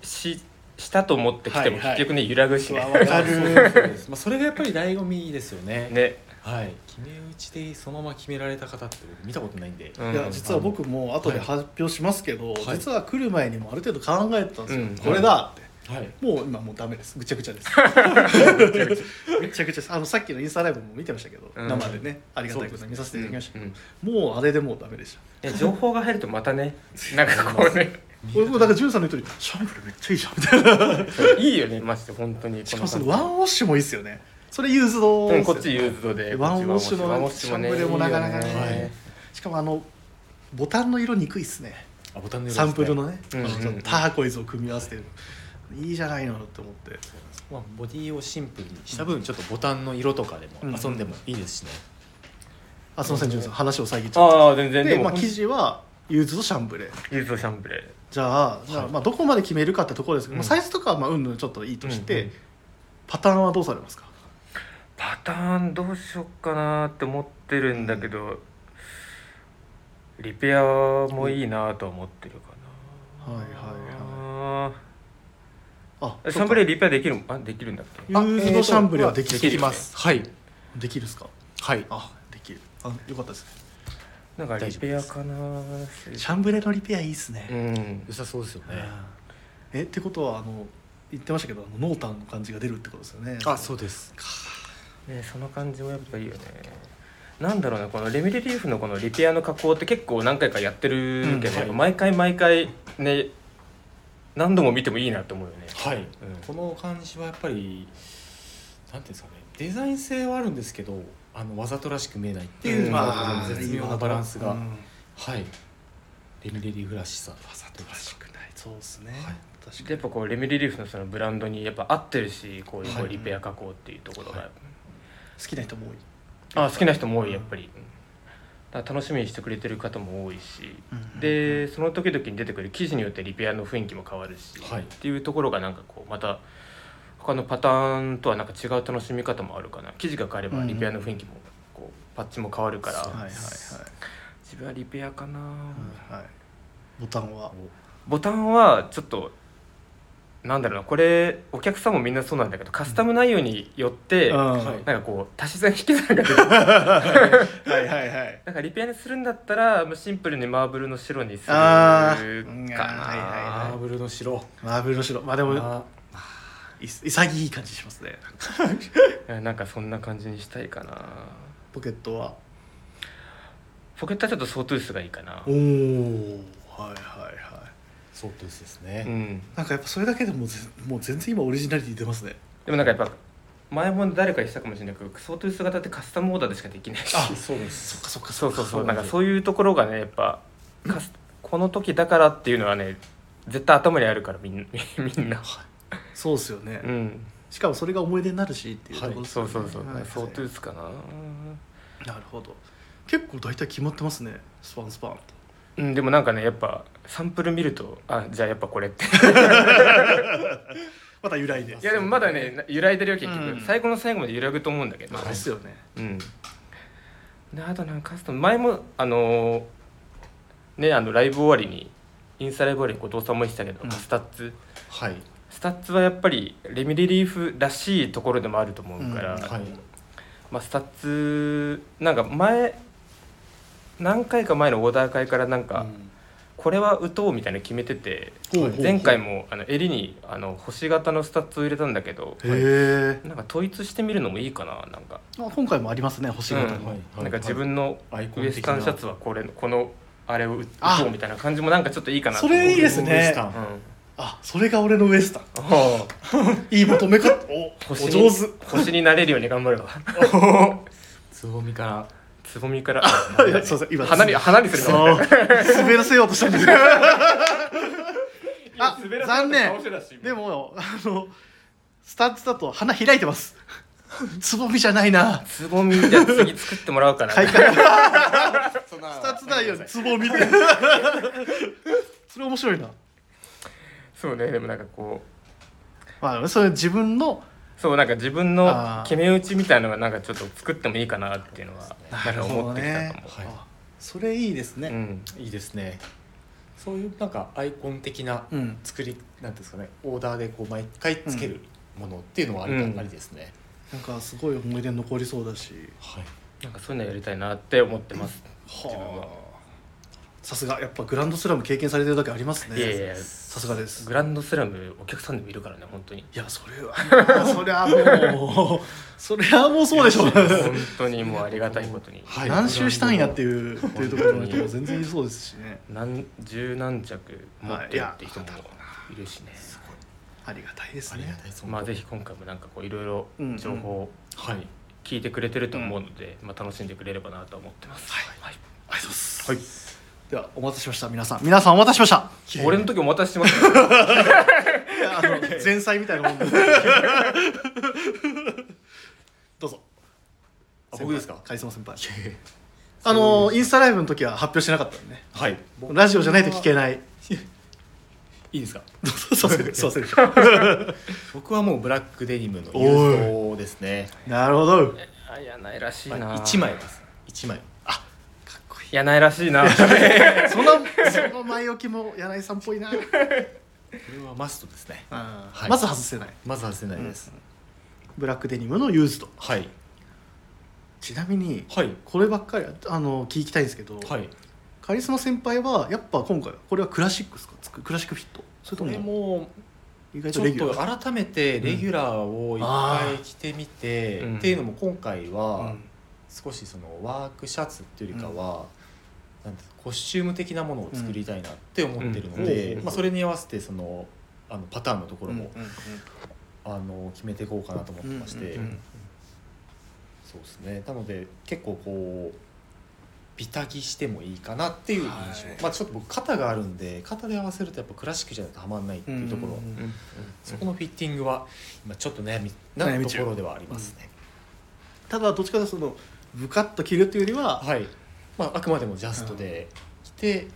Speaker 2: ししたと思ってきても
Speaker 1: はいはい
Speaker 2: 結局ね揺らぐしね,、
Speaker 1: わかる
Speaker 3: そうですそうですまあ、それがやっぱり醍醐味ですよね。
Speaker 2: ね、
Speaker 3: はい、決め打ちでそのまま決められた方って僕見たことないんで、
Speaker 2: うん、
Speaker 1: いや実は僕も後で発表しますけど、
Speaker 3: はい
Speaker 1: 実は来る前にもある程度考えてたんですよ、
Speaker 2: うん
Speaker 1: これだって、
Speaker 3: はい、
Speaker 1: もう今もうダメですぐちゃぐちゃですぐちゃぐちゃですあのさっきのインスタライブも見てましたけど、
Speaker 2: うん
Speaker 1: 生でねありがたいことに見させていただきました
Speaker 2: う
Speaker 1: けど、
Speaker 2: ん
Speaker 1: もうあれでもうダメでした
Speaker 2: ね情報が入るとまたねなんかこうね
Speaker 1: [laughs] 俺もだからジュンさんの言うとりシャンプルめっちゃいいじゃ
Speaker 2: [laughs]
Speaker 1: んみたいない
Speaker 2: いよねマジで本当に
Speaker 1: しかもそ
Speaker 2: こ
Speaker 1: の
Speaker 2: の
Speaker 1: ワン
Speaker 2: 感
Speaker 1: ウォッシュもいいですよねそれユーズド
Speaker 2: じ
Speaker 1: です
Speaker 2: う
Speaker 1: よ
Speaker 2: んこっちユーズドで
Speaker 1: ワンウォッシュの
Speaker 2: ワンウォッシュもね
Speaker 1: シャンプレーもなかなかね
Speaker 2: いいよ
Speaker 1: しかもあのボタンの色にくいっすね
Speaker 3: あボタンの色です
Speaker 1: サンプルのね、
Speaker 2: うんうんうん
Speaker 1: ちょっとターコイズを組み合わせてるいいじゃないのって思って
Speaker 3: まあ、ボディをシンプルにした分ちょっとボタンの色とかで
Speaker 1: うん
Speaker 3: も遊んでもいいですしね、
Speaker 1: あすみませんジュンさん話を遮っちゃっ
Speaker 2: ああ全
Speaker 1: た
Speaker 2: 然
Speaker 1: で、
Speaker 2: でも
Speaker 1: まあ、生地はユーズとシャンブレー
Speaker 2: ユーズドシャンプレー
Speaker 1: じゃあじゃあ,、
Speaker 3: はい
Speaker 1: まあどこまで決めるかってところですけど、まあ、
Speaker 2: うん
Speaker 1: サイズとかはまあうんぬんちょっといいとして、
Speaker 2: うんうん
Speaker 1: パターンはどうされますか
Speaker 2: パターンどうしよっかなって思ってるんだけどリペアもいいなとは思ってるか
Speaker 1: はいはいはい
Speaker 2: な
Speaker 1: あ
Speaker 2: あシャンプレー
Speaker 1: ー
Speaker 2: リペアできるあできるんだっけ
Speaker 1: ユーズドシャンブレーはできる
Speaker 3: えーとできますはい
Speaker 1: できるですか
Speaker 3: はい
Speaker 1: あできるあよかったですね
Speaker 2: なんかリペアかな
Speaker 1: シャンブレーのリペアいいっすね、
Speaker 2: うん
Speaker 3: 良さそうですよね
Speaker 1: えってことはあの言ってましたけどあの濃淡の感じが出るってことですよね
Speaker 3: あそうです
Speaker 2: ねその感じもやっぱいいよねなんだろうなこのレミレリーフのこのリペアの加工って結構何回かやってるけど、
Speaker 3: うん
Speaker 2: 毎回毎回ね何度も見てもいいなと思うよね
Speaker 3: はい、
Speaker 2: うん
Speaker 3: この感じはやっぱりなんていうんですかねデザイン性はあるんですけどあのわざとらしく見えないっていう、
Speaker 2: うん
Speaker 3: ま
Speaker 2: まあ
Speaker 3: あ、絶妙なバランスが、
Speaker 1: うん
Speaker 3: はいレミレリフらしさわ
Speaker 1: わざとらしくないそうですね、
Speaker 3: はい
Speaker 1: 確
Speaker 2: やっぱこうレミリリーフのそのブランドにやっぱ合ってるしこういうこう
Speaker 3: はい
Speaker 2: リペア加工っていうところが、
Speaker 3: はい
Speaker 1: 好きな人も多い、
Speaker 2: あ好きな人も多いやっぱり、だから楽しみにしてくれてる方も多いし、でその時々に出てくる記事によってリペアの雰囲気も変わるし、
Speaker 3: はい
Speaker 2: っていうところがなんかこうまた他のパターンとはなんか違う楽しみ方もあるかな記事が変わればリペアの雰囲気もこうパッチも変わるから、
Speaker 1: はいはいはい
Speaker 2: 自分はリペアかな、
Speaker 1: はいボタンは
Speaker 2: ボタンはちょっとなんだろうなこれお客さんもみんなそうなんだけどカスタム内容によって、
Speaker 1: うん
Speaker 2: なん
Speaker 1: はい
Speaker 2: かこう足し算引き算が
Speaker 1: [laughs]
Speaker 2: 出てくる
Speaker 1: はいはいはい
Speaker 2: なんかリペアにするんだったらもうシンプルにマーブルの白にするか
Speaker 1: あ
Speaker 2: な
Speaker 1: ーうんはい
Speaker 3: マーブルの白
Speaker 1: マーブルの白まあで
Speaker 3: で
Speaker 1: も
Speaker 3: あ
Speaker 1: い潔い感じしますね
Speaker 2: なんかそんな感じにしたいかな
Speaker 1: ポケットは
Speaker 2: ポケットはちょっとソートゥースがいいかな
Speaker 1: おおはいはいはい
Speaker 3: そうですですね、
Speaker 2: うん
Speaker 1: なんかやっぱそれだけでもうぜもう全然今オリジナリティ出ますね
Speaker 2: でもなんかやっぱ前も誰かにしたかもしれないけどソートゥース型ってカスタムオーダーでしかできないし
Speaker 3: そうです
Speaker 1: そっかそっか
Speaker 2: [laughs] そうそうそう
Speaker 3: そう
Speaker 2: な
Speaker 3: なん
Speaker 2: ん
Speaker 3: で
Speaker 2: か
Speaker 3: す
Speaker 2: そういうところがねやっぱかすこの時だからっていうのはね絶対頭にあるからみんみんな [laughs]
Speaker 1: そうですよね、
Speaker 2: うん
Speaker 1: しかもそれが思い出になるしっていうところです
Speaker 2: そ
Speaker 1: よ
Speaker 2: う
Speaker 1: ね
Speaker 2: そうそう
Speaker 1: はい
Speaker 2: ソートゥースかな
Speaker 1: なるほど結構大体決まってますねスパンスパンと
Speaker 2: うんでもなんかねやっぱサンプル見るとあじゃあやっぱこれって
Speaker 1: また由来で
Speaker 2: いやでもまだね揺らいでるよ結局、
Speaker 1: うん
Speaker 2: 最後の最後まで揺らぐと思うんだけど、
Speaker 1: まあですよね
Speaker 2: うんであとなんかカスタム前もあのーねあのライブ終わりにインスタライブ終わりに後藤さんも言ってたけど、
Speaker 1: うん
Speaker 2: スタッツ
Speaker 3: はい
Speaker 2: スタッツはやっぱりレミリリーフらしいところでもあると思うから、
Speaker 1: うん
Speaker 3: はい
Speaker 2: まあ、スタッツなんか前何回か前のオーダー会からなん
Speaker 1: う
Speaker 2: か
Speaker 1: ん
Speaker 2: これは打とうみたいなの決めてて
Speaker 1: ほうほう
Speaker 2: 前回もあの襟にあの星型のスタッツを入れたんだけど
Speaker 1: へえ
Speaker 2: なんか統一してみるのもいいかななんか
Speaker 1: あ今回もありますね星型
Speaker 2: うん
Speaker 1: の、
Speaker 2: なんか自分の
Speaker 3: アイコン的な
Speaker 2: ウエスタンシャツはこれこのあれを打
Speaker 1: あ
Speaker 2: とうみたいな感じもなんかちょっといいかなと
Speaker 1: そ
Speaker 2: 思
Speaker 1: れいいです
Speaker 3: ウエ
Speaker 1: ね
Speaker 3: スタン
Speaker 2: う
Speaker 1: あそれが俺のウエスタン
Speaker 2: ん、お
Speaker 1: いい求
Speaker 2: [laughs]
Speaker 1: め方おお
Speaker 2: 星
Speaker 1: 上
Speaker 2: に
Speaker 1: 手
Speaker 2: 星になれるように頑
Speaker 1: [laughs]
Speaker 2: 張るわ
Speaker 3: つぼみから
Speaker 2: つぼみから
Speaker 1: いやそうそう今
Speaker 2: 花に花にするかも
Speaker 1: そう滑らせようとしたん
Speaker 2: [laughs]
Speaker 1: ですけどあ
Speaker 2: 滑らせ
Speaker 1: 残
Speaker 2: 顔してたし
Speaker 1: 念でもあのスタッツだと花開いてますつぼみじゃないな
Speaker 2: つぼみじゃあ次作ってもらおうかな
Speaker 1: 開花ス
Speaker 3: そんな
Speaker 1: タッツだよ
Speaker 3: ごめんなさい
Speaker 1: つぼみって [laughs] それ面白いな
Speaker 2: そうねでもなんかこう
Speaker 1: まあそれ自分の
Speaker 2: そうなんか自分の
Speaker 1: あー
Speaker 2: 決め打ちみたいなのがなんかちょっと作ってもいいかなっていうのはなんか思ってきたかも、
Speaker 3: はい
Speaker 1: あそれいいです
Speaker 2: う
Speaker 1: ね
Speaker 2: ん
Speaker 3: いいですねそういうなんかアイコン的な
Speaker 1: うん、
Speaker 3: 作りなんていうんですかねオーダーでこう毎回つけるものっていうのはあり,、
Speaker 2: うん
Speaker 3: ありですね、
Speaker 1: なんかすごい思い出に残りそうだし
Speaker 3: はい
Speaker 2: なんかそういうのやりたいなって思ってます自分は
Speaker 1: はあさすがやっぱグランドスラム経験されてるだけありますね
Speaker 2: いやいやいや
Speaker 1: さすがです
Speaker 2: グランドスラムお客さんでもいるからね本
Speaker 1: [laughs]
Speaker 2: 当に
Speaker 1: いやそれはそりゃもうそれはもうそうでしょう
Speaker 2: 本当にもうありがたいことに
Speaker 3: はい
Speaker 1: 何周したんやっていうっていうところの人も全然いそうですしね
Speaker 2: 何十何着持ってるって人も
Speaker 1: はいいや
Speaker 2: いるしね
Speaker 3: す
Speaker 1: ありがたいです
Speaker 3: ごいありが
Speaker 1: ね
Speaker 3: たいです
Speaker 2: まあぜひ今回もなんかこういろいろ
Speaker 1: うんうん
Speaker 2: 情報を
Speaker 3: はい
Speaker 2: 聞いてくれてると思うので、まあ楽しんでくれればなと思ってます、はい
Speaker 1: ありがとうございます、はい、ではお待たせしました皆さん皆さんお待たせしました
Speaker 2: [laughs] 俺の時お待たせしました
Speaker 1: いやあの
Speaker 3: [laughs]
Speaker 1: 前菜みたいなもんでどうぞ
Speaker 3: あ僕ですか
Speaker 1: カリスマ先輩
Speaker 3: いやいや
Speaker 1: あのインスタライブの時は発表してなかったんでね
Speaker 3: はい
Speaker 1: ラジオじゃないと聞け
Speaker 3: [laughs]
Speaker 1: ない
Speaker 3: いいですか
Speaker 1: どうぞすいませんすいません
Speaker 3: [laughs] 僕はもうブラックデニムの
Speaker 1: おい
Speaker 3: ユーストですね
Speaker 1: なるほど
Speaker 2: あやないらしいな
Speaker 3: 1枚です1枚
Speaker 2: やないらしいな
Speaker 1: そのその前置きも柳井さんっぽい
Speaker 3: [laughs]
Speaker 1: な、
Speaker 3: これはマストですねはい
Speaker 1: まず外せない
Speaker 3: まず外せないです、
Speaker 1: ブラックデニムのユーズド
Speaker 3: はい
Speaker 1: ちなみに
Speaker 3: はい
Speaker 1: こればっかりあの聞きたいんですけど、
Speaker 3: はい
Speaker 1: カリスマ先輩はやっぱ今回はこれはクラシックですかつくクラシックフィットそれと
Speaker 3: これ
Speaker 1: も
Speaker 3: も
Speaker 1: 意外
Speaker 3: ち
Speaker 1: と
Speaker 3: ょ
Speaker 1: レ
Speaker 3: っ
Speaker 1: ギュ
Speaker 3: と
Speaker 1: ラー
Speaker 3: 改めてレギュラーをいっぱい着てみて、
Speaker 2: うん
Speaker 3: っていうのも今回
Speaker 1: う
Speaker 3: は
Speaker 1: ん
Speaker 3: 少しそのワークシャツっていうよりかは、なんてコスチューム的なものを作りたいなって思ってるので、
Speaker 1: うんうん
Speaker 3: まあ、それに合わせてそのあのパターンのところも、
Speaker 1: うんうん
Speaker 3: あの決めていこうかなと思ってまして、
Speaker 1: うんうんうん
Speaker 3: そうですねなので結構こうビタ着してもいいかなっていう印象、
Speaker 1: はい
Speaker 3: まあちょっと僕肩があるんで肩で合わせるとやっぱクラシックじゃないとはまんないっていうところ、
Speaker 1: うんうんうん
Speaker 3: そこのフィッティングは今ちょっと悩み
Speaker 1: 悩
Speaker 3: な
Speaker 1: み
Speaker 3: と
Speaker 1: 中
Speaker 3: ころではありますね、
Speaker 1: ただどっちかというとそのブカッと着るというよりは、
Speaker 3: はい、まあ、あくまでもジャストで来て、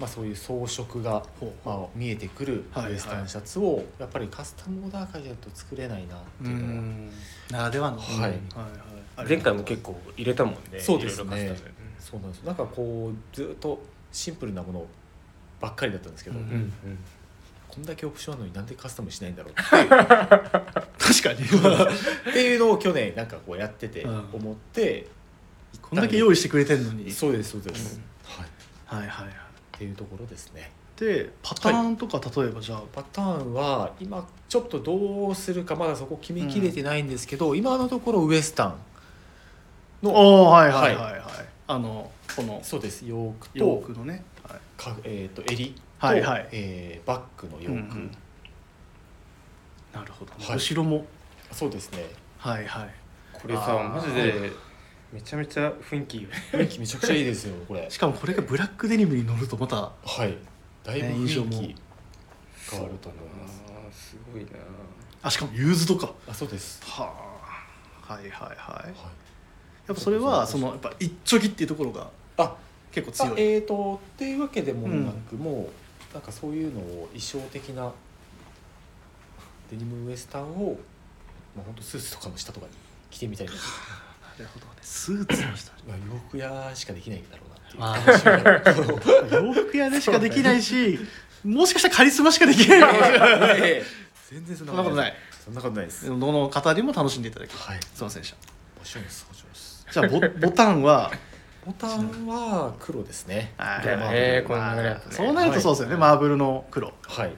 Speaker 3: まあ、そういう装飾が、
Speaker 1: ほう
Speaker 3: まあ、見えてくる
Speaker 1: はいはい
Speaker 3: ウエスタンシャツをやっぱりカスタムオーダー会じゃないと作れないなっていうのは
Speaker 1: ならではの、
Speaker 3: はい
Speaker 1: はいはい、
Speaker 2: 前回も結構入れたもんね
Speaker 3: そうですね
Speaker 2: いろいろカスタム
Speaker 3: そうなんですよなんかこうずっとシンプルなものばっかりだったんですけど、
Speaker 1: うん
Speaker 2: うん
Speaker 3: こんだけオプションあるのになんでカスタムしないんだろう
Speaker 1: [laughs] 確かに
Speaker 3: っていうのを去年なんかこうやってて
Speaker 1: うん
Speaker 3: 思って、
Speaker 1: こんだけ用意してくれてんのに
Speaker 3: そうですそうです、
Speaker 2: うん
Speaker 3: は
Speaker 1: は
Speaker 3: い、っ
Speaker 1: いはいはい
Speaker 3: ていうところですね
Speaker 1: でパターンとか例えばじゃあ、
Speaker 3: パターンは今ちょっとどうするかまだそこ決めきれてないんですけど、今のところウエスタンの
Speaker 1: おおはいはいはいはい、あのこの
Speaker 3: そうですヨークと
Speaker 1: ヨークのね、はい、
Speaker 3: か、えー、と襟と、
Speaker 1: はいはい
Speaker 3: えーバッグのヨーク、
Speaker 1: うんうんなるほど、
Speaker 3: はい
Speaker 1: 後ろも
Speaker 3: そうですね
Speaker 1: はいはい
Speaker 2: これさ
Speaker 1: あー
Speaker 2: マジでめちゃめちゃ雰囲気いいよね
Speaker 3: 雰囲気めちゃくちゃいいですよこれ
Speaker 1: しかもこれがブラックデニムに乗るとまた
Speaker 3: はいだいぶ
Speaker 1: ね印象
Speaker 3: 雰囲
Speaker 1: も
Speaker 3: 気変わると思います
Speaker 2: あーすごいな
Speaker 1: あしかもユーズとか
Speaker 3: あそうです、
Speaker 1: はあはいはいはい
Speaker 3: はい、
Speaker 1: やっぱそれはそのやっぱ一丁切っていうところが
Speaker 3: あ
Speaker 1: 結構
Speaker 3: あ
Speaker 1: 強い
Speaker 3: えー、とっていうわけでもなく、もうなんかそういうのを衣装的なデニムウエスタンを、まあ、ほんとスーツとかの下とかに着てみたい
Speaker 1: [laughs]
Speaker 3: な、
Speaker 1: なるほどねスーツの人
Speaker 3: まあ、洋服屋しかできないんだろうな
Speaker 1: あ
Speaker 3: っていう楽し
Speaker 1: 洋服屋でしかできないし、 [laughs] もしかしたらカリスマしかできないかもしれない
Speaker 3: [laughs] み全然そん
Speaker 1: そんなことない
Speaker 3: そんなことないです
Speaker 1: どの方にも楽しんでいただき
Speaker 3: はい
Speaker 1: すいませんでした
Speaker 3: 募集です募集です
Speaker 1: じゃあボボタンは
Speaker 3: ボタンは黒ですね
Speaker 1: はい
Speaker 2: だよねこんなぐらいだとね
Speaker 1: そうなるとそうですよね、マーブルの黒
Speaker 3: はい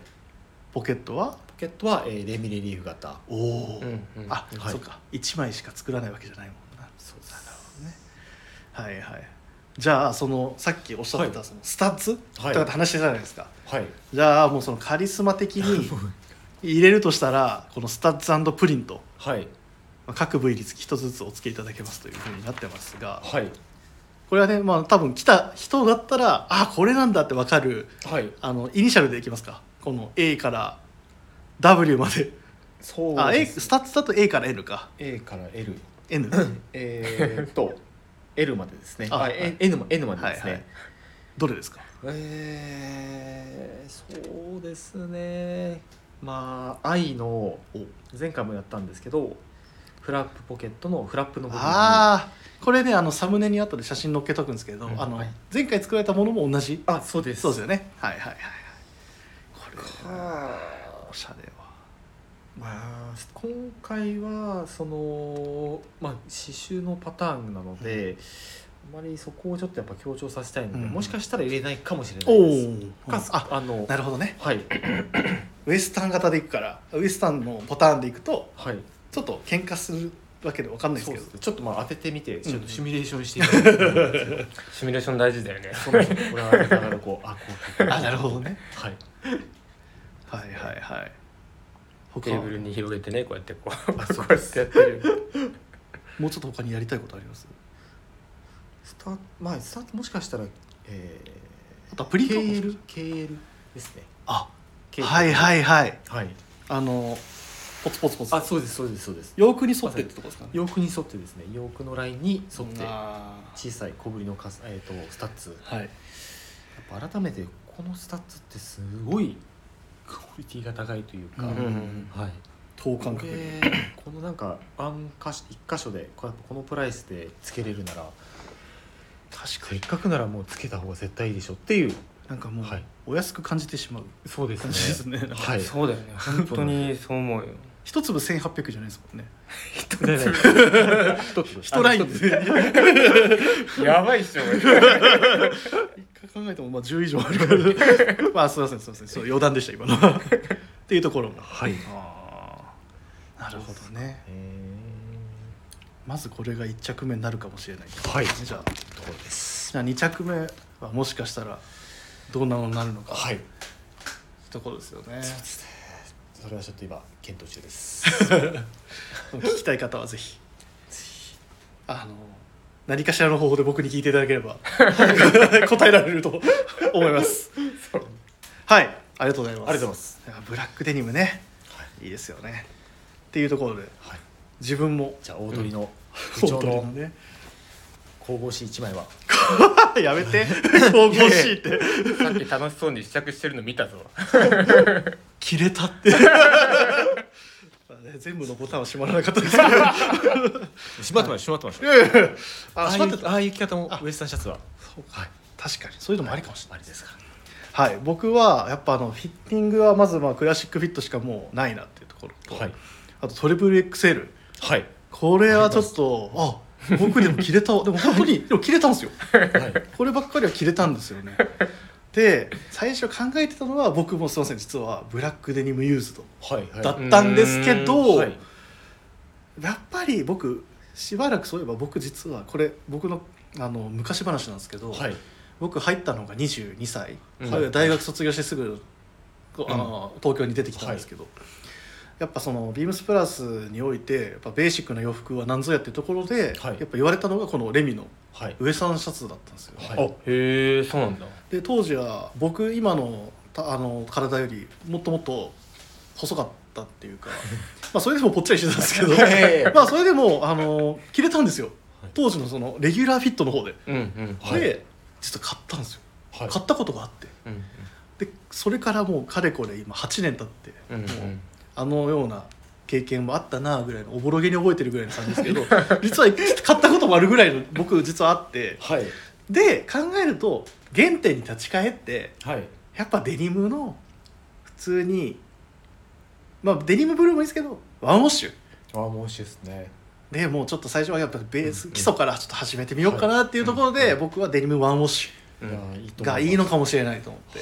Speaker 1: ポケットは
Speaker 3: ポケットは、えーレミレリーフ型
Speaker 1: おお、
Speaker 2: うんうん
Speaker 1: あ、
Speaker 3: はい
Speaker 1: そっか1枚しか作らないわけじゃないもんな
Speaker 3: そうで
Speaker 1: はいはいじゃあそのさっきおっしゃってたそのスタッツ、
Speaker 3: はい
Speaker 1: とかって話してたじゃないですか
Speaker 3: はい
Speaker 1: じゃあもうそのカリスマ的に
Speaker 3: [laughs]
Speaker 1: 入れるとしたらこのスタッツプリント
Speaker 3: はい
Speaker 1: まあ各部位率1つずつお付けいただけますというふうになってますが
Speaker 3: はい
Speaker 1: これはねまあ多分来た人だったらあこれなんだって分かる
Speaker 3: はい
Speaker 1: あのイニシャルでいきますかこの A から W まで
Speaker 3: そう
Speaker 1: あ A
Speaker 3: です
Speaker 1: スタッツだと A から N か
Speaker 3: A から L
Speaker 1: N
Speaker 3: えー、っ [laughs] と L までですね
Speaker 1: あ
Speaker 3: あ、
Speaker 1: はい
Speaker 3: え N ま N までですね、
Speaker 1: はいはいどれですか
Speaker 3: えー、そうですねまあ愛の前回もやったんですけどフラップポケットのフラップの部分に
Speaker 1: ああこれねあのサムネに後で写真載っけとくんですけど、
Speaker 3: うん
Speaker 1: あの
Speaker 3: はい
Speaker 1: 前回作られたものも同じ
Speaker 3: あそうです
Speaker 1: そうですよねはいはいはいはいこれ
Speaker 3: は
Speaker 1: おしゃれは
Speaker 3: まあ今回はそのまあ刺繍のパターンなので、あまりそこをちょっとやっぱ強調させたいので、
Speaker 1: うん
Speaker 3: もしかしたら入れないかもしれ
Speaker 1: お
Speaker 3: ないです
Speaker 1: お
Speaker 3: か
Speaker 1: あ
Speaker 3: あの
Speaker 1: なるほどね
Speaker 3: はい
Speaker 1: ウエスタン型でいくからウエスタンのパターンでいくと
Speaker 3: はい
Speaker 1: ちょっと喧嘩するわけでわかんないです
Speaker 3: そう
Speaker 1: け
Speaker 3: で
Speaker 1: ど
Speaker 3: すねちょっとまあ当ててみてちょっとシミュレーションしていただいて、 [laughs]
Speaker 2: シミュレーション大事だよね
Speaker 3: そのこれはだからこうあこう
Speaker 1: あなるほどね
Speaker 3: はい
Speaker 1: はいはいはい他
Speaker 2: テーブ
Speaker 1: も
Speaker 2: ルに広げてねこうやってこうこうやってやってる
Speaker 1: うちょっと他にやりたいことあります
Speaker 3: スタまあスタートもしかしたらえ
Speaker 1: あとはプリント
Speaker 3: KL KL ですね
Speaker 1: あ
Speaker 3: KL
Speaker 1: はいはいはい
Speaker 3: はい
Speaker 1: あのポツポツポツ
Speaker 3: あそうですそうですそうです
Speaker 1: 洋服に沿ってってとこですかね
Speaker 3: 洋服に沿ってですね洋服のラインに沿って
Speaker 1: あー
Speaker 3: 小さい小ぶりのかす、えー、とスタッツや
Speaker 1: はい
Speaker 3: っぱ改めてこのスタッツってすごいクオリティが高いというか、
Speaker 1: うん
Speaker 3: はい
Speaker 1: 等間
Speaker 3: こ
Speaker 1: 隔に
Speaker 3: れこのなんか案箇所一箇所でこうやっぱこのプライスでつけれるなら
Speaker 1: 確
Speaker 3: せっかくならもうつけた方が絶対いいでしょっていう
Speaker 1: なんかもう、
Speaker 3: はい
Speaker 1: お安く感じてしまう
Speaker 3: そうで
Speaker 1: 感じですねなんか
Speaker 3: はい
Speaker 2: そうだよね本当にそう思うよ
Speaker 1: [laughs] 一粒1800じゃないですもんね
Speaker 3: [laughs] 一人で
Speaker 1: 一ラインで一
Speaker 2: やばいっしょ
Speaker 1: 回考えてもまあ10以上あ
Speaker 3: [laughs]
Speaker 1: るからまあすいませんすいませんそう余談でした今のはっていうところも
Speaker 3: はい
Speaker 1: ああなるほどねまずこれが1着目になるかもしれない
Speaker 3: はい
Speaker 1: じゃあ
Speaker 3: ところです
Speaker 1: じゃあ2着目はもしかしたらどんなのになるのか
Speaker 3: はい
Speaker 1: ってところですよね
Speaker 3: それはちょっと今検討中です
Speaker 1: 聞きたい方はぜひあの何かしらの方法で僕に聞いていただけれ
Speaker 3: [laughs]
Speaker 1: ば答えられると思いますはいありがとうございます
Speaker 3: [laughs] ありがとうございます
Speaker 1: いやブラックデニムね
Speaker 3: はい
Speaker 1: いいですよねっていうところで
Speaker 3: はい
Speaker 1: 自分も
Speaker 3: じゃあ大鳥の部
Speaker 1: 本
Speaker 3: 長
Speaker 1: 当に
Speaker 3: の
Speaker 1: ね
Speaker 3: 神々しい一枚は
Speaker 1: [laughs] やめて神々しいって
Speaker 2: さっき楽しそうに試着してるの見たぞ
Speaker 1: 切れた [laughs] ってまあね全部のボタンは閉まらなかったですけど
Speaker 3: しまってましたしまってました
Speaker 1: あ
Speaker 3: ああい
Speaker 1: 閉まって
Speaker 3: う
Speaker 1: た
Speaker 3: ああいう着方もウエスタンシャツは
Speaker 1: そうか
Speaker 3: はい
Speaker 1: 確かにそういうのもありかもしれない
Speaker 3: ありですか
Speaker 1: はい、僕はやっぱあのフィッティングはまずまあクラシックフィットしかもうないなっていうところと、
Speaker 3: はい
Speaker 1: あとトリプル XL
Speaker 3: はい
Speaker 1: これはちょっとあ僕でも切れたでも本当にでも切れたんですよ
Speaker 3: はい
Speaker 1: こればっかりは切れたんですよ
Speaker 3: [laughs]
Speaker 1: ねで最初考えてたのは僕もすいません実はブラックデニムユーズド
Speaker 3: はいはい
Speaker 1: だったんですけど、
Speaker 3: はい
Speaker 1: やっぱり僕しばらくそういえば僕実はこれ僕のあの昔話なんですけど、
Speaker 3: はい
Speaker 1: 僕入ったのが22歳、
Speaker 2: うん
Speaker 1: はい大学卒業してすぐこうあの、東京に出てきたんですけど、やっぱそのビームスプラスにおいてやっぱベーシックな洋服は何ぞやっていうところで、
Speaker 3: はい
Speaker 1: やっぱ言われたのがこのレミの
Speaker 3: はい
Speaker 1: ウエスタンシャツだったんですよ、
Speaker 3: はい
Speaker 2: あへえそうなんだ
Speaker 1: で当時は僕今のたあの体よりもっともっと細かったっていうか
Speaker 3: [laughs]
Speaker 1: まあそれでもぽっちゃりしてたんですけどまあそれでもあの着れたんですよ
Speaker 3: はい
Speaker 1: 当時のそのレギュラーフィットの方で、
Speaker 2: うんうん
Speaker 3: はい
Speaker 1: で実は買ったんですよ
Speaker 3: はい
Speaker 1: 買ったことがあって
Speaker 2: うん
Speaker 1: でそれからもうかれこれ今8年経って、
Speaker 2: うん
Speaker 1: もうあのような経験もあったなぐらいのおぼろげに覚えてるぐらいの感じです
Speaker 3: [laughs]
Speaker 1: けど実は買ったこともあるぐらいの僕実はあって
Speaker 3: はい
Speaker 1: で考えると原点に立ち返って
Speaker 3: はい
Speaker 1: やっぱデニムの普通にまあデニムブルーもいいですけどワンウォッシュ
Speaker 3: ああもう美味しいですね
Speaker 1: でもうちょっと最初はやっぱベース、
Speaker 2: うん
Speaker 1: 基礎からちょっと始めてみようかなっていうところで、
Speaker 2: はいうん
Speaker 1: 僕はデニムワンウォッシ
Speaker 2: う
Speaker 3: いや
Speaker 2: ん
Speaker 3: いい
Speaker 1: ュ
Speaker 3: と思
Speaker 1: が
Speaker 3: ます
Speaker 1: いいのかもしれないと思って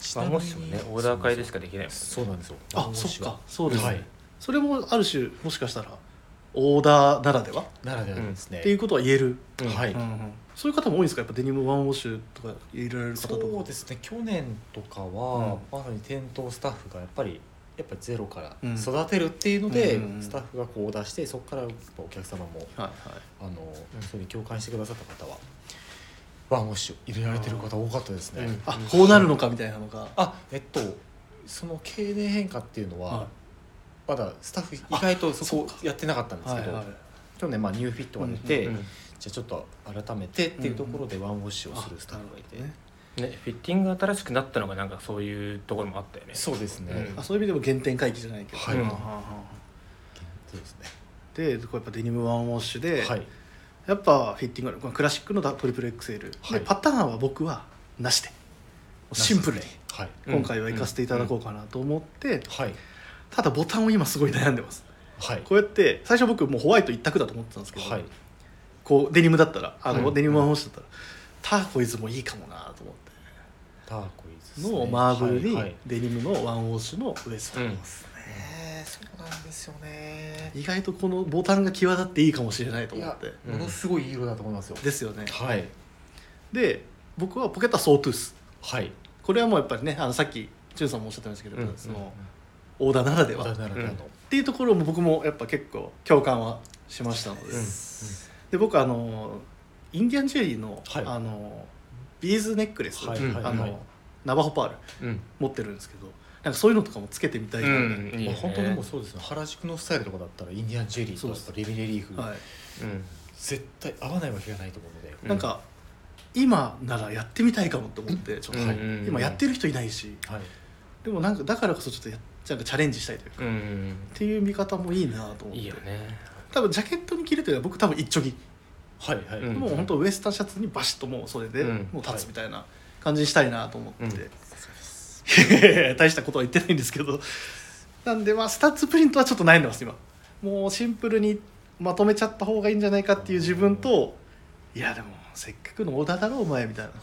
Speaker 3: ち
Speaker 2: ま
Speaker 3: な
Speaker 2: あ
Speaker 3: みに
Speaker 2: もしもねオーダー会でしかできないもんね
Speaker 3: そうなんですよ
Speaker 1: あそっかそうですね、
Speaker 3: はい
Speaker 1: それもある種もしかしたらオーダーならではっ
Speaker 3: ならではですね、
Speaker 1: ていうことは言える、
Speaker 2: うん
Speaker 3: はい、
Speaker 1: うんうんそういう方も多いんですかやっぱデニムワンウォッシュとか入れられる方
Speaker 3: そ
Speaker 1: とか
Speaker 3: うですね去年とかは、まさに店頭スタッフがやっぱりやっぱりゼロから
Speaker 1: うん
Speaker 3: 育てるっていうので、
Speaker 1: うんうんうん
Speaker 3: スタッフがこうオーダーしてそこからやっぱお客様も
Speaker 1: はい
Speaker 3: あの、それに共感してくださった方はワンオッシュ入れられてる方多かったですね、
Speaker 2: うん
Speaker 1: はい、あこうなるのかみたいなのが
Speaker 3: あえっとその経年変化っていうのは、
Speaker 1: は
Speaker 3: まだスタッフ意外とそこやってなかったん
Speaker 1: い
Speaker 3: ですけど、
Speaker 1: はいはい
Speaker 3: 去年まあニューフィットが出て、
Speaker 2: うん
Speaker 3: じゃあちょっと改めてっていうところでワンウォッシュをするスタッフがいて、
Speaker 1: あなるほどね
Speaker 2: ねフィッティングが新しくなったのがなんかそういうところもあったよね
Speaker 3: そうですね、
Speaker 2: うん
Speaker 1: あそういう意味でも原点回帰じゃないけど、
Speaker 3: はい
Speaker 1: うんはんはんはん
Speaker 3: そうですね
Speaker 1: でこうやっぱデニムワンウォッシュで、
Speaker 3: はい
Speaker 1: やっぱフィッティングがこのクラシックのトリプル XL、
Speaker 3: はい
Speaker 1: でパターンは僕はなしでシンプルに
Speaker 3: はい
Speaker 2: うん
Speaker 1: 今回は行かせていただこうかなと思って、
Speaker 3: はい
Speaker 1: ただボタンを今すごい悩んでます
Speaker 3: はい
Speaker 1: こうやって最初僕もうホワイト一択だと思ってたんですけど、
Speaker 3: はい
Speaker 1: こうデニムだったらあの、
Speaker 2: うん
Speaker 1: デニムワンウォッシュだったらターコイズもいいかもなと思って。
Speaker 3: ターコイズですね
Speaker 1: のマーブルに
Speaker 3: はいはい
Speaker 1: デニムのワンウォッシュのウエスト、
Speaker 2: うん
Speaker 3: ねえそうなんですよね
Speaker 1: 意外とこのボタンが際立っていいかもしれないと思って
Speaker 2: うん
Speaker 3: ものすごいいい色だと思いますよ
Speaker 1: ですよね
Speaker 3: はい
Speaker 1: で僕はポケットはソートゥース
Speaker 3: はい
Speaker 1: これはもうやっぱりねあのさっきチュンさんもおっしゃってましたけど、
Speaker 2: うん
Speaker 1: そのオーダーならでは
Speaker 3: だ
Speaker 1: っ
Speaker 3: ならではの
Speaker 1: ていうところも僕もやっぱ結構共感はしましたので、
Speaker 2: うん
Speaker 1: で僕あのインディアンジュエリーの,、
Speaker 3: はい
Speaker 1: あのビーズネックレス、
Speaker 3: はい
Speaker 2: うん
Speaker 3: はい
Speaker 1: あの、
Speaker 3: はい
Speaker 1: ナバホパール
Speaker 2: うん
Speaker 1: 持ってるんですけどなんかそういうのとかもつけてみたいな、
Speaker 2: うんいいね
Speaker 3: まあ本当にもうそうですね原宿のスタイルとかだったらインディアンジェリーとかやっぱレミレリーフ
Speaker 1: はい、
Speaker 2: うん
Speaker 3: 絶対合わないわけがないと思うので
Speaker 2: うん
Speaker 1: なんか今ならやってみたいかもと思ってちょっと、
Speaker 3: はい
Speaker 2: うん
Speaker 1: 今やってる人いないし
Speaker 3: はい
Speaker 1: でもなんかだからこそちょっとやなんかチャレンジしたいというか、
Speaker 2: う
Speaker 1: っ
Speaker 2: ん
Speaker 1: ていう見方もいいなと思って
Speaker 2: いいよね
Speaker 1: 多分ジャケットに着るというのは僕多分一丁着、
Speaker 3: はいはい
Speaker 2: うん
Speaker 1: もう本当ウエスタンシャツにバシッともうそれで
Speaker 2: うん
Speaker 1: もう立つみたいな感じにしたいなと思って、
Speaker 2: うん
Speaker 1: 大したことは言ってないんですけどなんでまあスタッツプリントはちょっと悩んでます今もうシンプルにまとめちゃった方がいいんじゃないかっていう自分といやでもせっかくのオーダーだろお前みたいな
Speaker 3: ね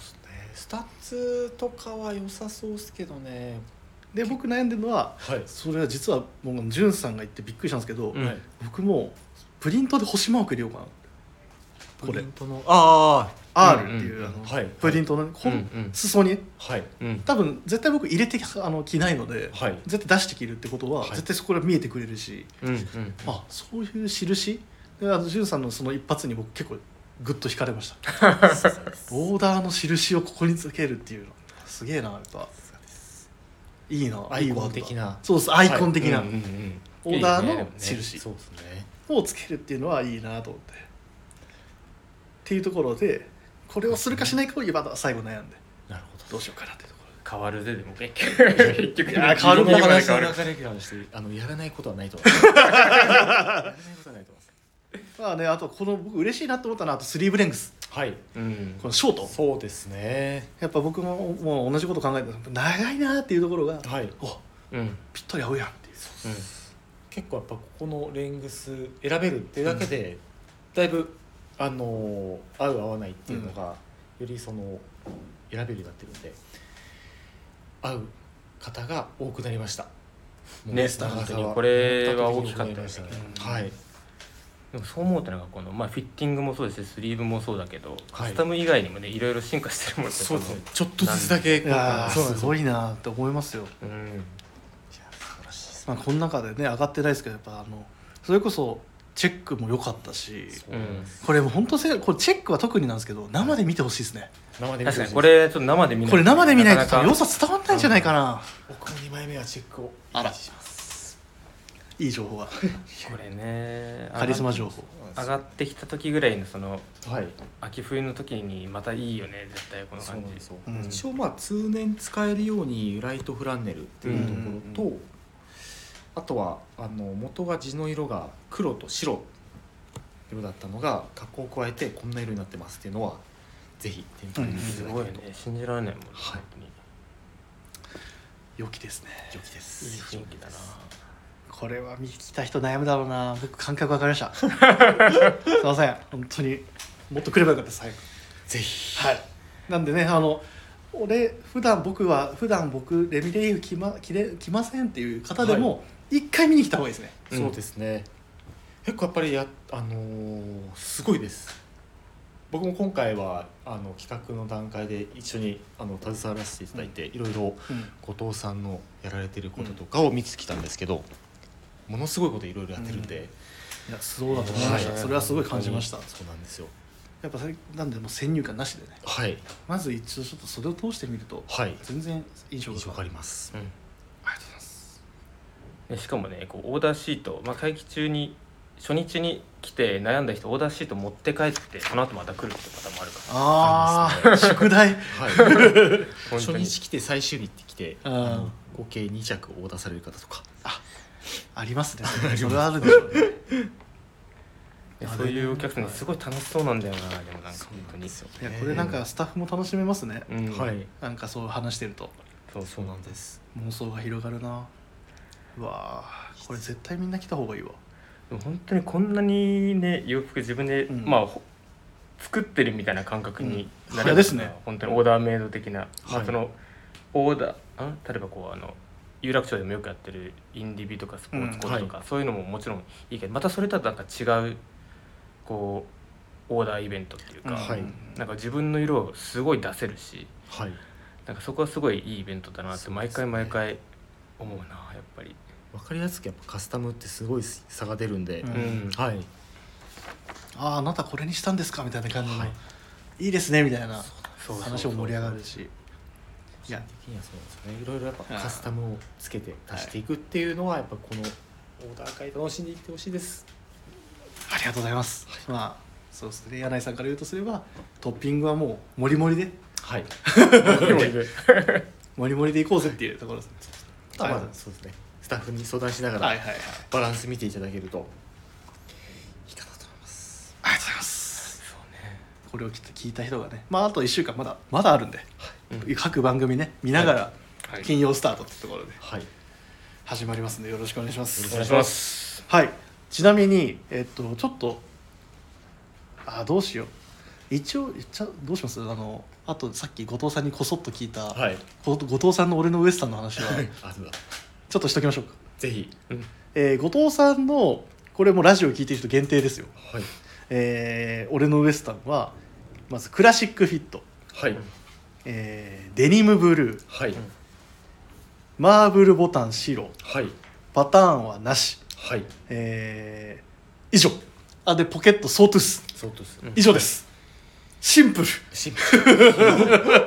Speaker 3: スタッツとかは良さそうですけどね
Speaker 1: で僕悩んでるのは
Speaker 3: はい
Speaker 1: それは実はもうジュンさんが言ってびっくりしたんですけど、
Speaker 2: うん
Speaker 1: 僕もプリントで星マーク入れようかなこれ
Speaker 3: プリントのあ
Speaker 1: R っていう、
Speaker 2: うんうんうん
Speaker 1: あの
Speaker 3: はい
Speaker 1: プリントの、ほん
Speaker 2: うんうん
Speaker 1: 裾に
Speaker 3: あはい
Speaker 2: うん
Speaker 1: 多分絶対僕入れてあの着ないので、
Speaker 3: はい
Speaker 1: 絶対出して着るってことは、
Speaker 3: はい
Speaker 1: 絶対そこら見えてくれるし、
Speaker 2: うんうん
Speaker 1: あそういう印であの潤さんのその一発に僕結構グッと惹かれましたボーダーの印をここにつけるっていうのすげえなやっぱいいな
Speaker 3: アイコン的
Speaker 1: いいワードだ
Speaker 3: な
Speaker 1: そうですアイコン的な、
Speaker 2: うんうんうん
Speaker 1: オーダー
Speaker 2: いいねで
Speaker 1: の
Speaker 2: もね
Speaker 1: 印
Speaker 3: そうですね
Speaker 1: をつけるっていうのはいいなと思ってっていうところでこれをするかしないかを今だ最後悩んで
Speaker 3: なるほど
Speaker 1: どうしようかなっていうところ
Speaker 2: 変わるぜでも結局結局
Speaker 1: いや変わる
Speaker 2: 自
Speaker 1: ね
Speaker 2: 分の中で
Speaker 3: 話
Speaker 2: 変わる
Speaker 3: の流れからしてあのやらないことはないと思いますやらないことはないと思います
Speaker 1: まあねあとこの僕嬉しいなと思ったのはあとスリーブレングス
Speaker 3: はい
Speaker 2: うん
Speaker 1: このショート
Speaker 3: そうですね
Speaker 1: やっぱ僕ももう同じこと考えてた長いなっていうところが
Speaker 3: はい
Speaker 1: お
Speaker 2: うんうん
Speaker 1: ぴったり合うやんっていう
Speaker 3: 結構やっぱここのレングス選べるっていうだけで、だいぶあのー合う合わないっていうのが、よりその選べるようになってるんで合う方が多くなりました
Speaker 2: ね
Speaker 3: スター
Speaker 2: 本
Speaker 3: が
Speaker 2: 当にこれは大きかったですね
Speaker 3: はい
Speaker 2: でもそう思うとなんかこの、まあ、フィッティングもそうですしスリーブもそうだけど、
Speaker 3: はい
Speaker 2: カスタム以外にもねいろいろ進化してるもんね
Speaker 3: そうですね
Speaker 2: こ
Speaker 3: ちょっとずつだけ
Speaker 1: いやー
Speaker 3: そうなんですすよ
Speaker 1: ごいなって思いますよ、
Speaker 2: のうん
Speaker 3: いや素晴らしいです
Speaker 1: まあ、この中でね上がってないですけどやっぱあのそれこそチェックも良かったし
Speaker 3: そうなんです
Speaker 1: これもう本当せこれチェックは特になんですけど生で見てほしいですね
Speaker 3: 生で見てほし
Speaker 2: 確か
Speaker 3: いで
Speaker 2: に
Speaker 3: す
Speaker 2: これちょっと生で見ない
Speaker 1: これ生で見ないと
Speaker 2: な
Speaker 1: 多
Speaker 2: か
Speaker 1: 分
Speaker 2: な
Speaker 1: 良
Speaker 2: か
Speaker 1: さ伝わんないんじゃないかな
Speaker 3: 僕も2枚目はチェックを
Speaker 1: あら
Speaker 3: お願いします
Speaker 1: いい情報が
Speaker 2: これね
Speaker 1: カリスマ情報
Speaker 2: 上がってきた時ぐらいのその
Speaker 3: はい
Speaker 2: 秋冬の時にまたいいよね絶対この
Speaker 3: そう
Speaker 2: 感
Speaker 3: なん
Speaker 2: じ
Speaker 3: ですよ、
Speaker 1: うん
Speaker 3: 一応まあ通年使えるようにライトフランネルっていうところと、
Speaker 1: うん
Speaker 3: あとはあの元が地の色が黒と白色だったのが加工を加えてこんな色になってますっていうのはぜひ展開して
Speaker 2: す
Speaker 3: いただ
Speaker 2: ごい
Speaker 3: け
Speaker 2: ね
Speaker 3: ると
Speaker 2: 信じられないもんね、
Speaker 3: はい
Speaker 2: 本当に
Speaker 1: 良きですね
Speaker 3: 良きです、
Speaker 2: いい雰囲気だな
Speaker 1: ここれは見来た人悩むだろうな僕感覚わかりました [laughs] すいません本当にもっと来ればよかったです早く
Speaker 3: ぜひ
Speaker 1: はい、なんでねあの俺普段僕は普段僕レミレイフ来ま来れ来ませんっていう方でも一回見に来た方がいいですね、
Speaker 2: うん
Speaker 3: そうですね、結構やっぱりやあのーすごいです僕も今回はあの企画の段階で一緒にあの携わらせていただいて、いろいろ後藤さんのやられてることとかを見つけたんですけど、ものすごいこといろいろやってるんで、
Speaker 1: いやそうだと思いました、
Speaker 2: はい
Speaker 1: それはすごい感じました
Speaker 3: そうなんですよ
Speaker 1: やっぱそれなんでもう先入観なしでね
Speaker 3: はい
Speaker 1: まず一応ちょっとそれを通してみると
Speaker 3: はい
Speaker 1: 全然印象が
Speaker 3: 印
Speaker 1: 変
Speaker 3: 象変
Speaker 1: わ
Speaker 3: わ
Speaker 1: る
Speaker 3: ります、
Speaker 2: うん
Speaker 1: ありがとうございます
Speaker 2: でしかもねこうオーダーシート、まあ、会期中に初日に来て悩んだ人オーダーシート持って帰ってその後また来るってパターンもあるから
Speaker 1: あ
Speaker 3: あ
Speaker 1: あ、宿題
Speaker 3: [laughs] はい、
Speaker 2: 本
Speaker 3: 初
Speaker 2: 当に
Speaker 3: 日来て最終日って来て
Speaker 1: うん
Speaker 3: あの合計2着オーダーされる方とか
Speaker 1: ありますねそれはあるでしょうね
Speaker 2: でそういうお客さんねすごい楽しそうなんだよなでもなんか本当に
Speaker 1: いやこれなんかスタッフも楽しめますね、
Speaker 2: うん
Speaker 3: はい
Speaker 1: なんかそう話してると
Speaker 2: そう
Speaker 3: そ
Speaker 2: そうう
Speaker 3: なんです
Speaker 1: 妄想が広がるなうわあこれ絶対みんな来た方がいいわ
Speaker 2: でも本当にこんなにね洋服自分で、
Speaker 1: うん
Speaker 2: まあほ作ってるみたいな感覚にな
Speaker 1: うんいや
Speaker 2: る
Speaker 1: ですね
Speaker 2: 本当にオーダーメイド的な、ま
Speaker 3: は
Speaker 2: あ、
Speaker 3: い
Speaker 2: そのオーダーあ例えばこうあの有楽町でもよくやってるインディビとかスポーツコートとか、そういうのももちろんいいけどまたそれとはなんか違うこうオーダーイベントっていうか、
Speaker 3: はい
Speaker 2: なんか自分の色をすごい出せるし
Speaker 3: はい
Speaker 2: なんかそこはすごいいいイベントだなって毎回毎回思うなやっぱり。
Speaker 3: 分かりやすくやっぱカスタムってすごい差が出るんで、
Speaker 1: うん
Speaker 2: うん
Speaker 3: はい
Speaker 1: あああなたこれにしたんですかみたいな感じの、
Speaker 3: はい
Speaker 1: い、いですねみたいな
Speaker 2: そうそうそう
Speaker 1: 話も盛り上がるし
Speaker 3: 個
Speaker 1: いや
Speaker 3: 人的にはそうなんですよねいろいろやっぱ
Speaker 1: うん
Speaker 3: カスタムをつけて出していくっていうのはやっぱこのオーダー会楽しんでいってほしいです
Speaker 1: ありがとうございます、まあそうですね柳井さんから言うとすればトッピングはもうもりもりで
Speaker 3: はい
Speaker 1: もりもりでいこうぜっていうところですね
Speaker 3: ま
Speaker 1: はい
Speaker 3: あそうですねスタッフに相談しなが
Speaker 1: はい
Speaker 3: ら
Speaker 1: はいはい
Speaker 3: バランス見ていただけるといいかなと思います
Speaker 1: ありがとうございますこれをきっと聞いた人がねまああと1週間まだまだあるんで、
Speaker 2: うん
Speaker 1: 各番組ね見ながら
Speaker 2: はい
Speaker 1: 金曜スタートってところで
Speaker 3: はい
Speaker 1: 始まりますんでよろしくお願いします
Speaker 2: お願いします。
Speaker 1: はいちなみにえっとちょっとあどうしよう一応言っちゃどうしますあのあとさっき後藤さんにこそっと聞いた、
Speaker 3: はい
Speaker 1: こ後藤さんの俺のウエスタンの話は
Speaker 3: あそうだ
Speaker 1: ちょっとしときましょうか、
Speaker 3: ぜひ
Speaker 2: うん
Speaker 1: えー後藤さんのこれもラジオ聞いてる人限定ですよ
Speaker 3: はい
Speaker 1: えー俺のウエスタンはまずクラシックフィット、
Speaker 3: はい
Speaker 1: えーデニムブルー
Speaker 3: はい
Speaker 2: うん
Speaker 1: マーブルボタン白
Speaker 3: はい
Speaker 1: パターンはなし
Speaker 3: はい
Speaker 1: えー以上あでポケットソートゥース
Speaker 3: そうです
Speaker 2: うん
Speaker 1: 以上ですシンプル
Speaker 3: シンプル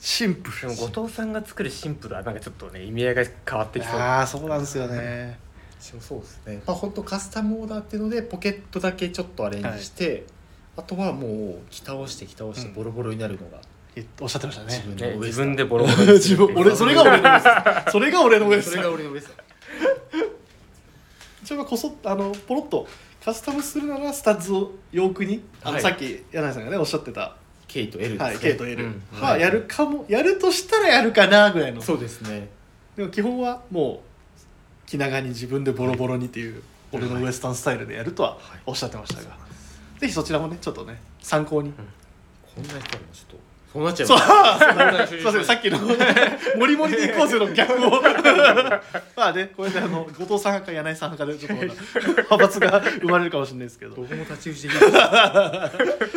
Speaker 1: シンプ
Speaker 2: で
Speaker 1: ル
Speaker 2: も後藤さんが作るシンプルはなんかちょっとね意味合いが変わってきそう。
Speaker 1: ああそうなんですよね
Speaker 3: そうですねまあ本当カスタムオーダーっていうのでポケットだけちょっとアレンジして、あとはもう着倒して着倒して
Speaker 1: うん
Speaker 3: ボロボロになるのが
Speaker 1: えおっしゃってましたね
Speaker 3: 自分
Speaker 2: ね
Speaker 3: のウエ
Speaker 2: 自
Speaker 3: スタ
Speaker 2: 分
Speaker 3: ン
Speaker 2: でボロボロにす
Speaker 1: [laughs] 自
Speaker 2: るって
Speaker 1: 分
Speaker 2: いう。
Speaker 1: 俺それが俺のウエスタンそれが俺のウエ
Speaker 3: そ
Speaker 1: スタ
Speaker 3: れが
Speaker 1: ン
Speaker 3: 俺のウエスタン
Speaker 1: 一応こそあのポロッとカスタムするならスタッズを洋服にあの、
Speaker 2: はい
Speaker 1: さっき柳井さんがねおっしゃってた、
Speaker 3: K と L ですね、
Speaker 1: はい、K と L
Speaker 2: うん
Speaker 1: は、やるかもやるとしたらやるかなぐらいの
Speaker 3: そうですね
Speaker 1: でも基本はもう気長に自分でボロボロにっていう俺のウエスタンスタイルでやるとは
Speaker 3: はい
Speaker 1: おっしゃってましたが、ぜひそちらもねちょっとね参考に、
Speaker 3: こんな人もちょっとそうなっちゃい
Speaker 1: そう
Speaker 3: ま
Speaker 1: す
Speaker 3: す
Speaker 1: いませんさっきの [laughs] モリモリでいこうぜの逆を [laughs] まあねこれであの後藤さん派か柳井さん派かでちょっとまだ派閥が生まれるかもしれないですけど
Speaker 3: どこも立ち打ちできな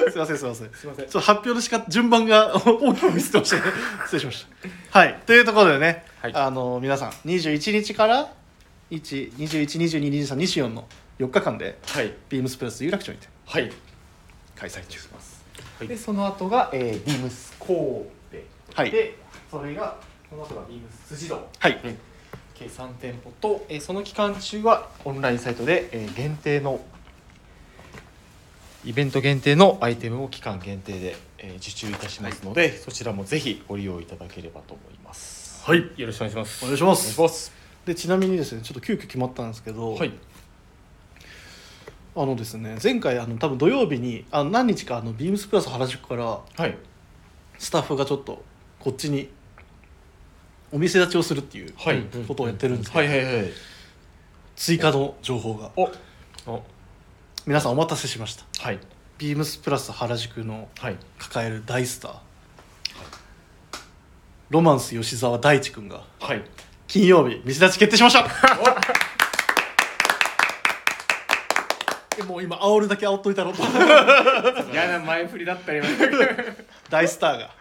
Speaker 3: い
Speaker 1: すいませんすいません
Speaker 3: すいませ
Speaker 1: ちょ
Speaker 3: ん
Speaker 1: っと発表の仕方順番が [laughs] 大きくミスってましたね失礼しましたはいというところでね、
Speaker 2: はい
Speaker 1: あの皆さん21日から121222324の4日間で
Speaker 3: はい
Speaker 1: ビームスプラス有楽町にて
Speaker 3: はい
Speaker 1: 開催中です
Speaker 2: はい
Speaker 3: でその後が、えー、ビームス神戸、
Speaker 1: はい
Speaker 3: でそれがその後がビームス辻堂
Speaker 1: はい、
Speaker 3: 計3店舗と、えーその期間中はオンラインサイトで、えー限定のイベント限定のアイテムを期間限定で、えー受注いたしますので、そちらもぜひご利用いただければと思います。
Speaker 2: はいよろしくお願いしま
Speaker 1: お
Speaker 2: す。
Speaker 1: 願いしま
Speaker 3: お願い
Speaker 1: す
Speaker 3: します。
Speaker 1: でちなみにですねちょっと急遽決まったんですけど、
Speaker 3: はい
Speaker 1: あのですね前回あの多分土曜日にあの何日かあのビームスプラス原宿から
Speaker 3: はい
Speaker 1: スタッフがちょっとこっちにお店立ちをするっていう
Speaker 3: はい
Speaker 2: うんうん
Speaker 1: ことをやってるんですけ
Speaker 3: は
Speaker 1: ど、
Speaker 3: いはいはい
Speaker 1: 追加の情報が
Speaker 3: お
Speaker 2: お
Speaker 1: 皆さんお待たせしました
Speaker 3: はい
Speaker 1: ビームスプラス原宿の
Speaker 3: はい
Speaker 1: 抱える大スターロマンス吉澤大地君が
Speaker 3: はい
Speaker 1: 金曜日見せ立ち決定しま [laughs] したえもう今煽るだけ煽っといたろと
Speaker 2: 嫌な前振りだったり
Speaker 1: 大スターが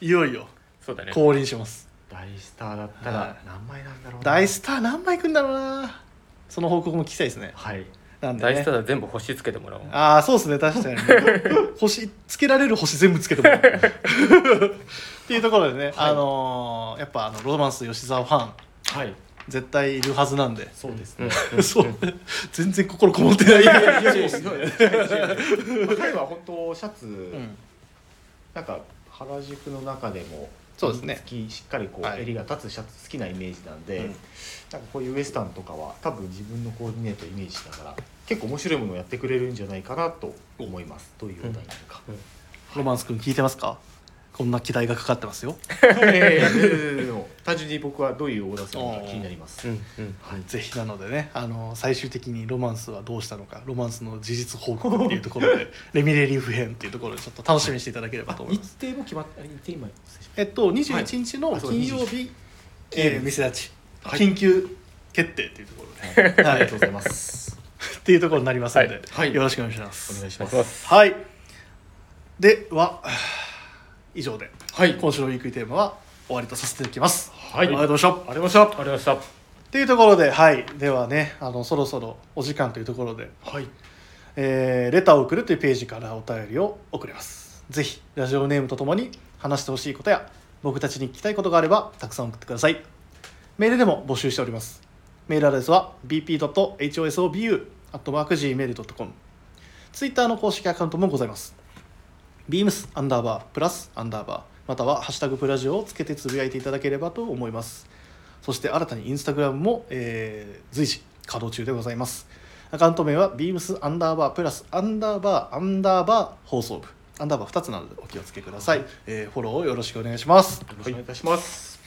Speaker 1: いよいよ
Speaker 2: そうだね
Speaker 1: 降臨します
Speaker 3: 大スターだった
Speaker 1: は
Speaker 3: ら何枚なんだろうな
Speaker 1: 大スター何枚いくんだろうなその報告も聞きたいですね
Speaker 3: はい
Speaker 1: なんで、ね、
Speaker 2: 大スターだ全部星つけてもらおう
Speaker 1: ああそうですね確
Speaker 2: [laughs]
Speaker 1: かにね星つけられる星全部つけてもらうっていうところでね、あのーやっぱあのロマンス吉沢ファン
Speaker 3: はい
Speaker 1: 絶対いるはずなんで、
Speaker 3: そう [laughs] です
Speaker 2: う
Speaker 3: ね
Speaker 2: ん
Speaker 1: そう全然心こもってない
Speaker 3: いやいやいやいやまあ彼は本当シャツ、
Speaker 1: うん
Speaker 3: なんか原宿の中でも
Speaker 1: そうですね
Speaker 3: 好きしっかりこう、
Speaker 1: はい
Speaker 3: 襟が立つシャツ好きなイメージなんで、
Speaker 1: うん
Speaker 3: なんかこういうウエスタンとかは多分自分のコーディネートをイメージしながら結構面白いものをやってくれるんじゃないかなと思います [laughs] というお題なのか、
Speaker 1: ロマンス君聞いてますかこんな期待がかかってますよ
Speaker 3: いやいやいやいやいやでも単純に僕はどういうオーダーするのか気になります、
Speaker 2: うんうん
Speaker 3: はい、
Speaker 1: ぜひなのでね、あの最終的にロマンスはどうしたのかロマンスの事実報告っていうところでレミレリーフ編っていうところでちょっと楽しみにしていただければと思います
Speaker 3: 日程も決まってあれ日程今失礼しまし
Speaker 1: えっと21日の
Speaker 3: はいあそう
Speaker 1: 金曜日、
Speaker 3: た
Speaker 1: えー、店立ち、
Speaker 3: はい
Speaker 1: 緊急決定っていうところで、
Speaker 3: はい、あ
Speaker 1: はい
Speaker 3: りがとうございます
Speaker 1: っていうところになりますので、
Speaker 2: はい
Speaker 3: はい
Speaker 1: よろしくお願いします
Speaker 3: お願いし
Speaker 2: お願
Speaker 3: ま
Speaker 2: い
Speaker 3: す
Speaker 2: します
Speaker 1: はいでは [sighs] 以上で
Speaker 3: はい
Speaker 1: 今週のウィークリーテーマは終わりとさせていただきます
Speaker 3: は
Speaker 1: あり
Speaker 3: あり
Speaker 1: が
Speaker 3: がと
Speaker 1: とうございました
Speaker 3: う
Speaker 2: あり
Speaker 3: ございまし
Speaker 2: がとうございまし
Speaker 1: っていうところではいではねあのそろそろお時間というところで、
Speaker 3: たはい
Speaker 1: えーレターを送るというページからお便りを送れますぜひラジオネームとともに話してほしいことや僕たちに聞きたいことがあればたくさん送ってくださいメールでも募集しておりますメールアドレスは bp.hosobu.gmail.com ツイッターの公式アカウントもございますビームスアンダーバープラスアンダーバーまたは「ハッシュタグプラジオ」をつけてつぶやいていただければと思いますそして新たにインスタグラムも、えー随時稼働中でございますアカウント名はビームスアンダーバープラスアンダーバーアンダーバー放送部アンダーバー2つなのでお気をつけください、えーフォローをよろしくお願いします
Speaker 3: よろしくお願いいたします、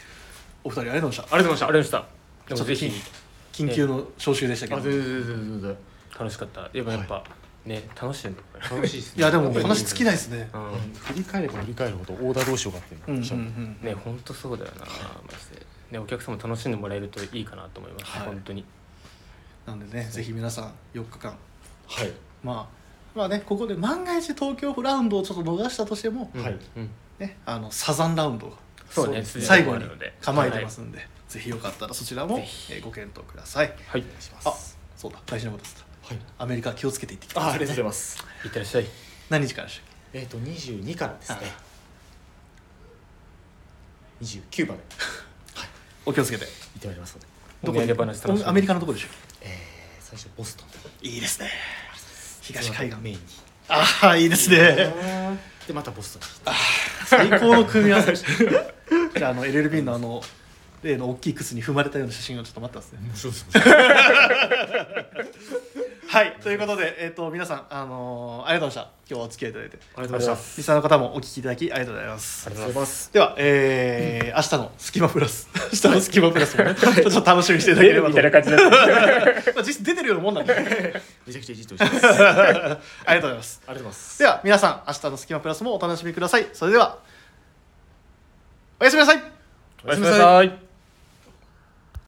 Speaker 1: お二人ありがとうございました
Speaker 2: ありがとうございましたありがとうございましたでもぜ
Speaker 1: ちょっ
Speaker 2: ひ
Speaker 1: と緊緊急の招集でしたけど、
Speaker 3: あ全然全然全然
Speaker 2: 楽しかったでもやっぱね楽しいんだこれ
Speaker 3: 楽しいです
Speaker 1: いやでもお話尽きないですね
Speaker 2: う
Speaker 3: うん
Speaker 2: ん
Speaker 3: 振り返れば振り返るほどオーダーどうしようかっていう
Speaker 1: うんうん
Speaker 3: の
Speaker 1: う
Speaker 3: が
Speaker 1: ん
Speaker 2: ね本当そうだよなマジでねお客様楽しんでもらえるといいかなと思います
Speaker 1: はい
Speaker 2: 本当に
Speaker 1: なんでねぜひ皆さん4日間
Speaker 3: はい
Speaker 1: まあまあねここで万が一東京ラウンドをちょっと逃したとしても、
Speaker 3: はい
Speaker 2: うん
Speaker 1: ね、あのサザンラウンドが
Speaker 2: そう
Speaker 3: そう
Speaker 2: ね
Speaker 3: です
Speaker 2: 筋
Speaker 1: 最
Speaker 2: が
Speaker 1: 後
Speaker 2: あ
Speaker 1: に
Speaker 2: るので
Speaker 1: 構えてます
Speaker 2: は
Speaker 1: んで、ぜひよかったらそちらも
Speaker 2: ぜひ
Speaker 1: えーご検討ください
Speaker 2: いはい
Speaker 3: お願いしま
Speaker 1: あ
Speaker 3: す
Speaker 1: そうだ大事なことです
Speaker 3: はい
Speaker 1: アメリカ気をつけて行ってきてくだ
Speaker 3: あ
Speaker 1: さ
Speaker 3: ありがとうござい
Speaker 1: ね、
Speaker 3: ます
Speaker 2: いってらっしゃい
Speaker 1: 何日からでしたっけ
Speaker 3: えっと22からですね
Speaker 1: はい
Speaker 3: 29まで
Speaker 1: お気をつけて
Speaker 3: 行ってまいりますので
Speaker 2: お土産話楽しみ
Speaker 1: アメリカのどこでしょ
Speaker 3: えー最初ボストン
Speaker 1: いいですね東海岸
Speaker 3: メインに
Speaker 1: ああいいですね
Speaker 3: でまたボストンに
Speaker 1: 最高の組み合わせでしたじゃああの LLB のあの例の大きい靴に踏まれたような写真をちょっと待ってますね
Speaker 3: そうです
Speaker 1: はいということで、えー、と皆さん、あのーありがとうございました今日はお付き合いいただいて
Speaker 3: ありがとうございま
Speaker 1: リスナーの方もお聞きいただきありがとうございます
Speaker 3: ありがとうございます
Speaker 1: では、えー明日のスキマプラス [laughs] 明日のスキマプラスもね、ちょっと楽しみにしていただければと思います
Speaker 2: じです
Speaker 1: まあ実質出てるようなもんなんでありが
Speaker 3: めちゃくちゃいじってほしいですあり
Speaker 1: と
Speaker 3: がとう
Speaker 1: うございます
Speaker 3: ございます
Speaker 1: では皆さん明日のスキマプラスもお楽しみくださいそれではおやすみなさい
Speaker 2: おやすみなさい